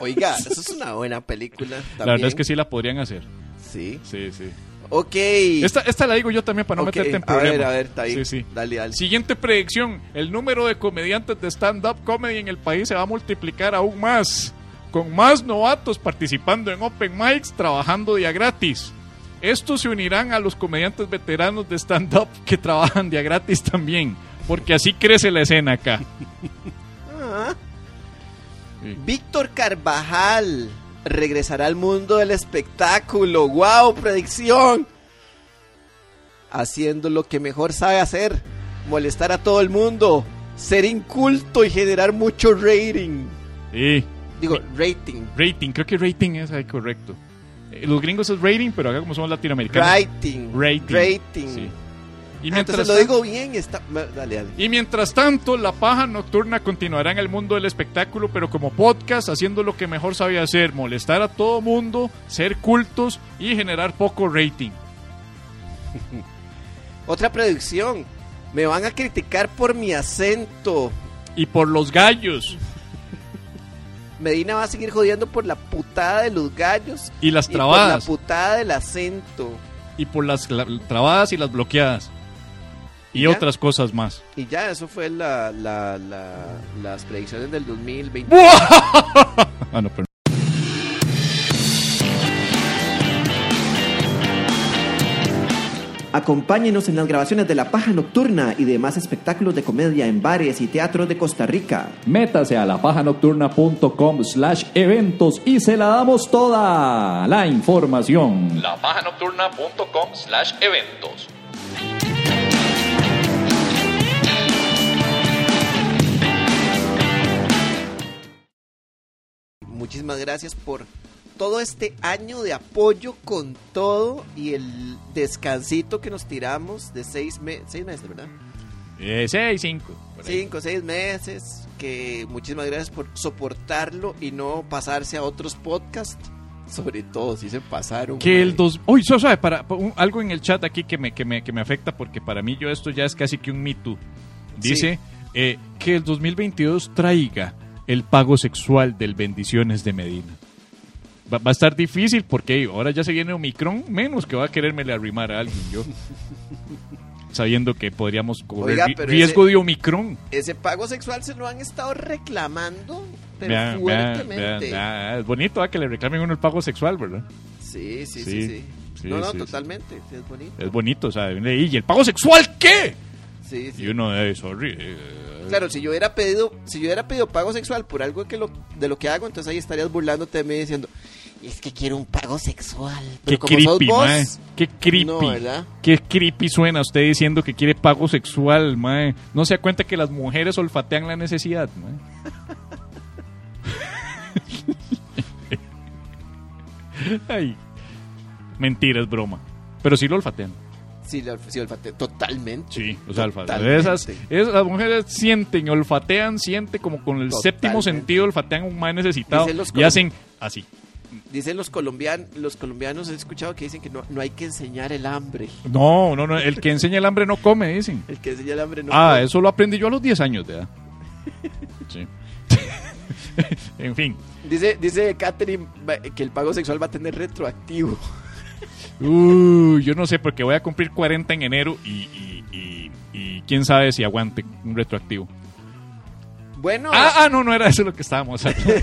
Speaker 1: oiga, eso es una buena película.
Speaker 2: La verdad es que
Speaker 1: sí.
Speaker 2: sí la podrían hacer.
Speaker 1: Sí.
Speaker 2: Sí, sí.
Speaker 1: Ok.
Speaker 2: Esta, esta la digo yo también para no
Speaker 1: Ok,
Speaker 2: meterte en
Speaker 1: a
Speaker 2: problemas.
Speaker 1: ver, a ver, está bien.
Speaker 2: Sí, sí.
Speaker 1: Dale, dale.
Speaker 2: Siguiente predicción: el número de comediantes de stand-up comedy en el país se va a multiplicar aún más, con más novatos participando en open mics, trabajando día gratis. Estos se unirán a los comediantes veteranos de stand-up *laughs* que trabajan día gratis también, porque así crece la escena acá.
Speaker 1: Ah.
Speaker 2: Sí.
Speaker 1: Víctor Carvajal regresará al mundo del espectáculo. ¡Wow! Predicción. Haciendo lo que mejor sabe hacer. Molestar a todo el mundo. Ser inculto y generar mucho rating.
Speaker 2: Y
Speaker 1: Digo, rating.
Speaker 2: rating, creo que rating es ahí correcto. Eh, Los gringos es rating, pero acá como somos latinoamericanos.
Speaker 1: Rating.
Speaker 2: Rating.
Speaker 1: Rating.
Speaker 2: Sí. Y
Speaker 1: Ah,
Speaker 2: mientras
Speaker 1: entonces lo
Speaker 2: tanto-
Speaker 1: digo bien. Está... Dale, dale.
Speaker 2: Y mientras tanto, la paja nocturna continuará en el mundo del espectáculo, pero como podcast, haciendo lo que mejor sabía hacer, molestar a todo mundo, ser cultos y generar poco rating.
Speaker 1: Otra predicción. Me van a criticar por mi acento.
Speaker 2: Y por los gallos
Speaker 1: Medina va a seguir jodiendo por la putada de los gallos.
Speaker 2: y las
Speaker 1: Y por la
Speaker 2: trabadas.
Speaker 1: putada del acento.
Speaker 2: Y por las cla- trabadas y las bloqueadas. Y
Speaker 1: ¿Ya?
Speaker 2: otras cosas más. *laughs*
Speaker 1: Y ya, eso fue la, la- la- las predicciones del 2020.
Speaker 2: Ah, no, perdón.
Speaker 1: Acompáñenos en las grabaciones de La Paja Nocturna y demás espectáculos de comedia en bares y teatros de Costa Rica.
Speaker 8: Métase a lapajanocturna.com slash eventos y se la damos toda la información. Lapajanocturna.com slash eventos.
Speaker 1: Muchísimas gracias por todo este año de apoyo con todo y el descansito que nos tiramos de seis, me- seis meses, ¿verdad?
Speaker 2: Eh, seis, cinco. por ahí.
Speaker 1: Cinco, seis meses. Que muchísimas gracias por soportarlo y no pasarse a otros podcasts. Sobre todo si se pasaron.
Speaker 2: Que el
Speaker 1: mae.
Speaker 2: dos... Uy, so- sabe, para, para un- algo en el chat aquí que me, que, me, que me afecta porque para mí yo esto ya es casi que un mito. Dice, eh, que el 2022 traiga el pago sexual del Bendiciones de Medina. Va, va a estar difícil porque ahora ya se viene Omicron, menos que va a quererme arrimar a alguien yo. *laughs* Sabiendo que podríamos correr
Speaker 1: Oiga,
Speaker 2: ri-
Speaker 1: pero
Speaker 2: riesgo
Speaker 1: ese-
Speaker 2: de Omicron.
Speaker 1: Ese pago sexual se lo han estado reclamando, pero
Speaker 2: Vean, vean,
Speaker 1: fuertemente.
Speaker 2: vean, ah, es bonito ah, que le reclamen uno el pago sexual, ¿verdad?
Speaker 1: Sí, sí, sí,
Speaker 2: Sí,
Speaker 1: sí,
Speaker 2: sí,
Speaker 1: No, no,
Speaker 2: sí, sí.
Speaker 1: totalmente. sí, es bonito.
Speaker 2: Es bonito, o sea, uno le dice, ¿y el pago sexual qué?
Speaker 1: Sí, sí.
Speaker 2: Y uno, eh, sorry. eh,
Speaker 1: Claro, si yo hubiera pedido, si yo hubiera pedido pago sexual por algo que lo, de lo que hago, entonces ahí estarías burlándote de mí diciendo, es que quiero un pago sexual. Pero
Speaker 2: Qué
Speaker 1: como sos
Speaker 2: creepy,
Speaker 1: vos,
Speaker 2: mae. Qué creepy.
Speaker 1: No, ¿verdad?
Speaker 2: Qué creepy suena usted diciendo que quiere pago sexual, mae. No se da cuenta que las mujeres olfatean la necesidad, mae. *laughs* Ay. Mentira, es broma. Pero sí lo olfatean.
Speaker 1: Sí, la, sí, olfateo, totalmente.
Speaker 2: Sí, o sea, alfa-
Speaker 1: Totalmente.
Speaker 2: Esas, esas- las mujeres sienten, olfatean, sienten como con el séptimo
Speaker 1: Totalmente.
Speaker 2: sentido, olfatean un mal necesitado
Speaker 1: Dicen los
Speaker 2: y hacen así.
Speaker 1: Dicen los colombianos, los colombianos he escuchado que dicen que no, no hay que enseñar el hambre.
Speaker 2: No, no, no, el que enseña el hambre no come, dicen.
Speaker 1: El que enseña el hambre no.
Speaker 2: ah,
Speaker 1: come.
Speaker 2: eso lo aprendí yo a los 10 años de
Speaker 1: *laughs*
Speaker 2: edad. Sí. *laughs* en fin.
Speaker 1: Dice, dice Catherine va- que el pago sexual va a tener retroactivo. *laughs*
Speaker 2: Uh, yo no sé, porque voy a cumplir 40 en enero y, y- y- y quién sabe si aguante un retroactivo.
Speaker 1: Bueno,
Speaker 2: Ah, ah, no, no era eso lo que
Speaker 1: *laughs*
Speaker 2: estábamos hablando.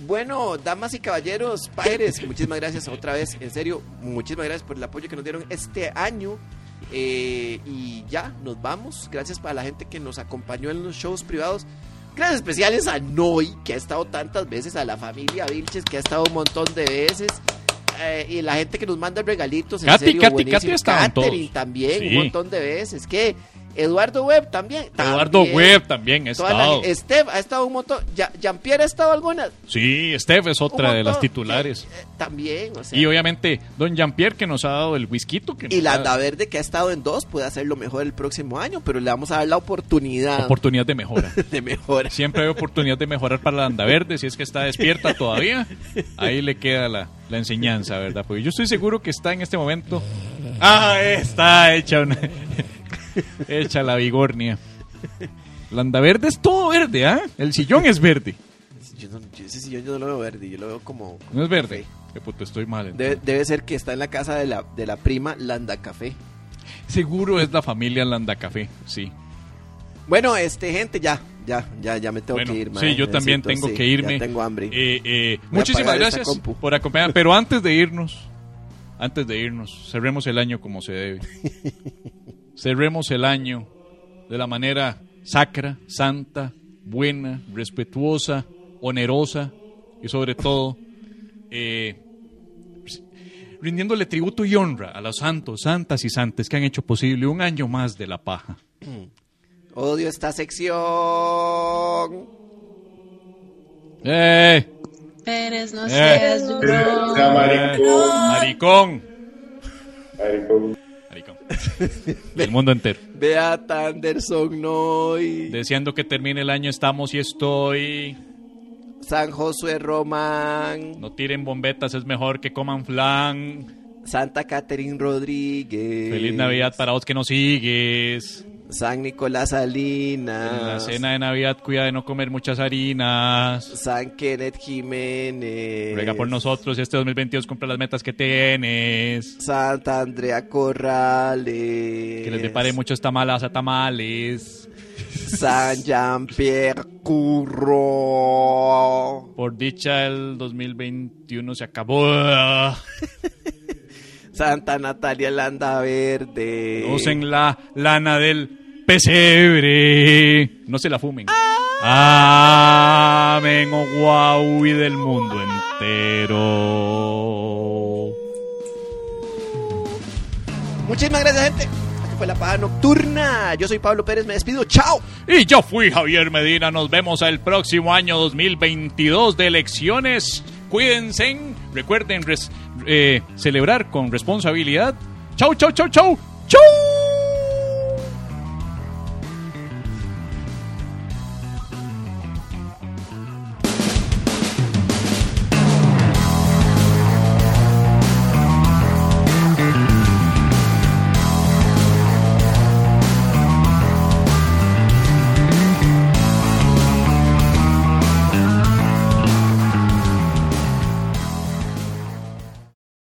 Speaker 1: bueno, damas y caballeros, padres, muchísimas gracias otra vez, en serio, muchísimas gracias por el apoyo que nos dieron este año. Eh, y ya, nos vamos. Gracias para la gente que nos acompañó en los shows privados. Gracias especiales a Noy, que ha estado tantas veces, a la familia Vilches, que ha estado un montón de veces. eh, y la gente que nos manda regalitos. en
Speaker 2: Katy,
Speaker 1: serio,
Speaker 2: Katy,
Speaker 1: buenísimo.
Speaker 2: Katy ha estado en todos.
Speaker 1: Catherine también,
Speaker 2: Sí.
Speaker 1: un montón de veces. Que Eduardo Webb también.
Speaker 2: Eduardo
Speaker 1: también.
Speaker 2: Webb también ha
Speaker 1: Toda la-
Speaker 2: estado.
Speaker 1: Steph ha estado un montón. Ya, Jean-Pierre ha estado alguna.
Speaker 2: Sí, Steph es otra
Speaker 1: un
Speaker 2: de las
Speaker 1: montón.
Speaker 2: titulares.
Speaker 1: Eh, También, o sea.
Speaker 2: Y obviamente, don Jean-Pierre que nos ha dado el whisky. Que
Speaker 1: Y
Speaker 2: nos
Speaker 1: la
Speaker 2: ha-
Speaker 1: Anda Verde que ha estado en dos puede hacer lo mejor el próximo año, pero le vamos a dar la oportunidad
Speaker 2: Oportunidad de mejora.
Speaker 1: *laughs* de mejora.
Speaker 2: Siempre hay oportunidad de mejorar para la anda verde, si es que está despierta todavía. Ahí le queda la, la enseñanza, ¿verdad? Porque yo estoy seguro que está en este momento. ¡Ah! Está hecha una. *laughs* hecha la vigornia. La anda verde es todo verde, ¿ah? El sillón es verde.
Speaker 1: Yo no, yo ese sillón yo no lo veo verde, yo lo veo como. como
Speaker 2: No es verde.
Speaker 1: café.
Speaker 2: Qué puto, estoy mal. entonces.
Speaker 1: Debe, debe ser que está en la casa de la, de la prima Landa Café.
Speaker 2: Seguro es la familia Landa Café, sí.
Speaker 1: Bueno, este, gente, ya, ya, ya, ya me tengo
Speaker 2: Bueno,
Speaker 1: que ir, mae,
Speaker 2: sí, yo también
Speaker 1: necesito, sí,
Speaker 2: tengo que irme.
Speaker 1: ya tengo hambre.
Speaker 2: Eh, eh,
Speaker 1: Voy a
Speaker 2: muchísimas
Speaker 1: apagar esta
Speaker 2: gracias
Speaker 1: compu.
Speaker 2: por acompañarme. Pero antes de irnos, antes de irnos, cerremos el año como
Speaker 1: *laughs*
Speaker 2: se debe. cerremos el año de la manera sacra, santa, buena, respetuosa, onerosa y sobre todo eh, rindiéndole tributo y honra a los santos, santas y santes que han hecho posible un año más de la paja.
Speaker 1: Odio esta sección.
Speaker 2: ¡Eh!
Speaker 5: Pérez, no
Speaker 2: seas Maricón. Maricón. Del mundo entero.
Speaker 1: Vea Anderson Noy.
Speaker 2: Deseando que termine el año, estamos y estoy.
Speaker 1: San Josué Román.
Speaker 2: No tiren bombetas, es mejor que coman flan.
Speaker 1: Santa Catherine Rodríguez.
Speaker 2: Feliz Navidad para vos que nos sigues.
Speaker 1: San Nicolás Salinas.
Speaker 2: En la cena de Navidad, cuida de no comer muchas harinas.
Speaker 1: San Kenneth Jiménez.
Speaker 2: Ruega por nosotros y este 2022 compra las metas que tienes.
Speaker 1: Santa Andrea Corrales.
Speaker 2: Que les depare muchos tamales a tamales.
Speaker 1: San Jean-Pierre Curro.
Speaker 2: Por dicha, el 2021 se acabó.
Speaker 1: Santa Natalia Landa Verde.
Speaker 2: Usen la lana del pesebre. No se la fumen. Amén, oh guau, y del mundo entero.
Speaker 1: Muchísimas gracias, gente. Esto fue La Paja Nocturna. Yo soy Pablo Pérez. Me despido. Chao.
Speaker 2: Y yo fui Javier Medina. Nos vemos el próximo año 2022 de elecciones. Cuídense. Recuerden res- eh, celebrar con responsabilidad. Chau, chau, chau, chau. Chau.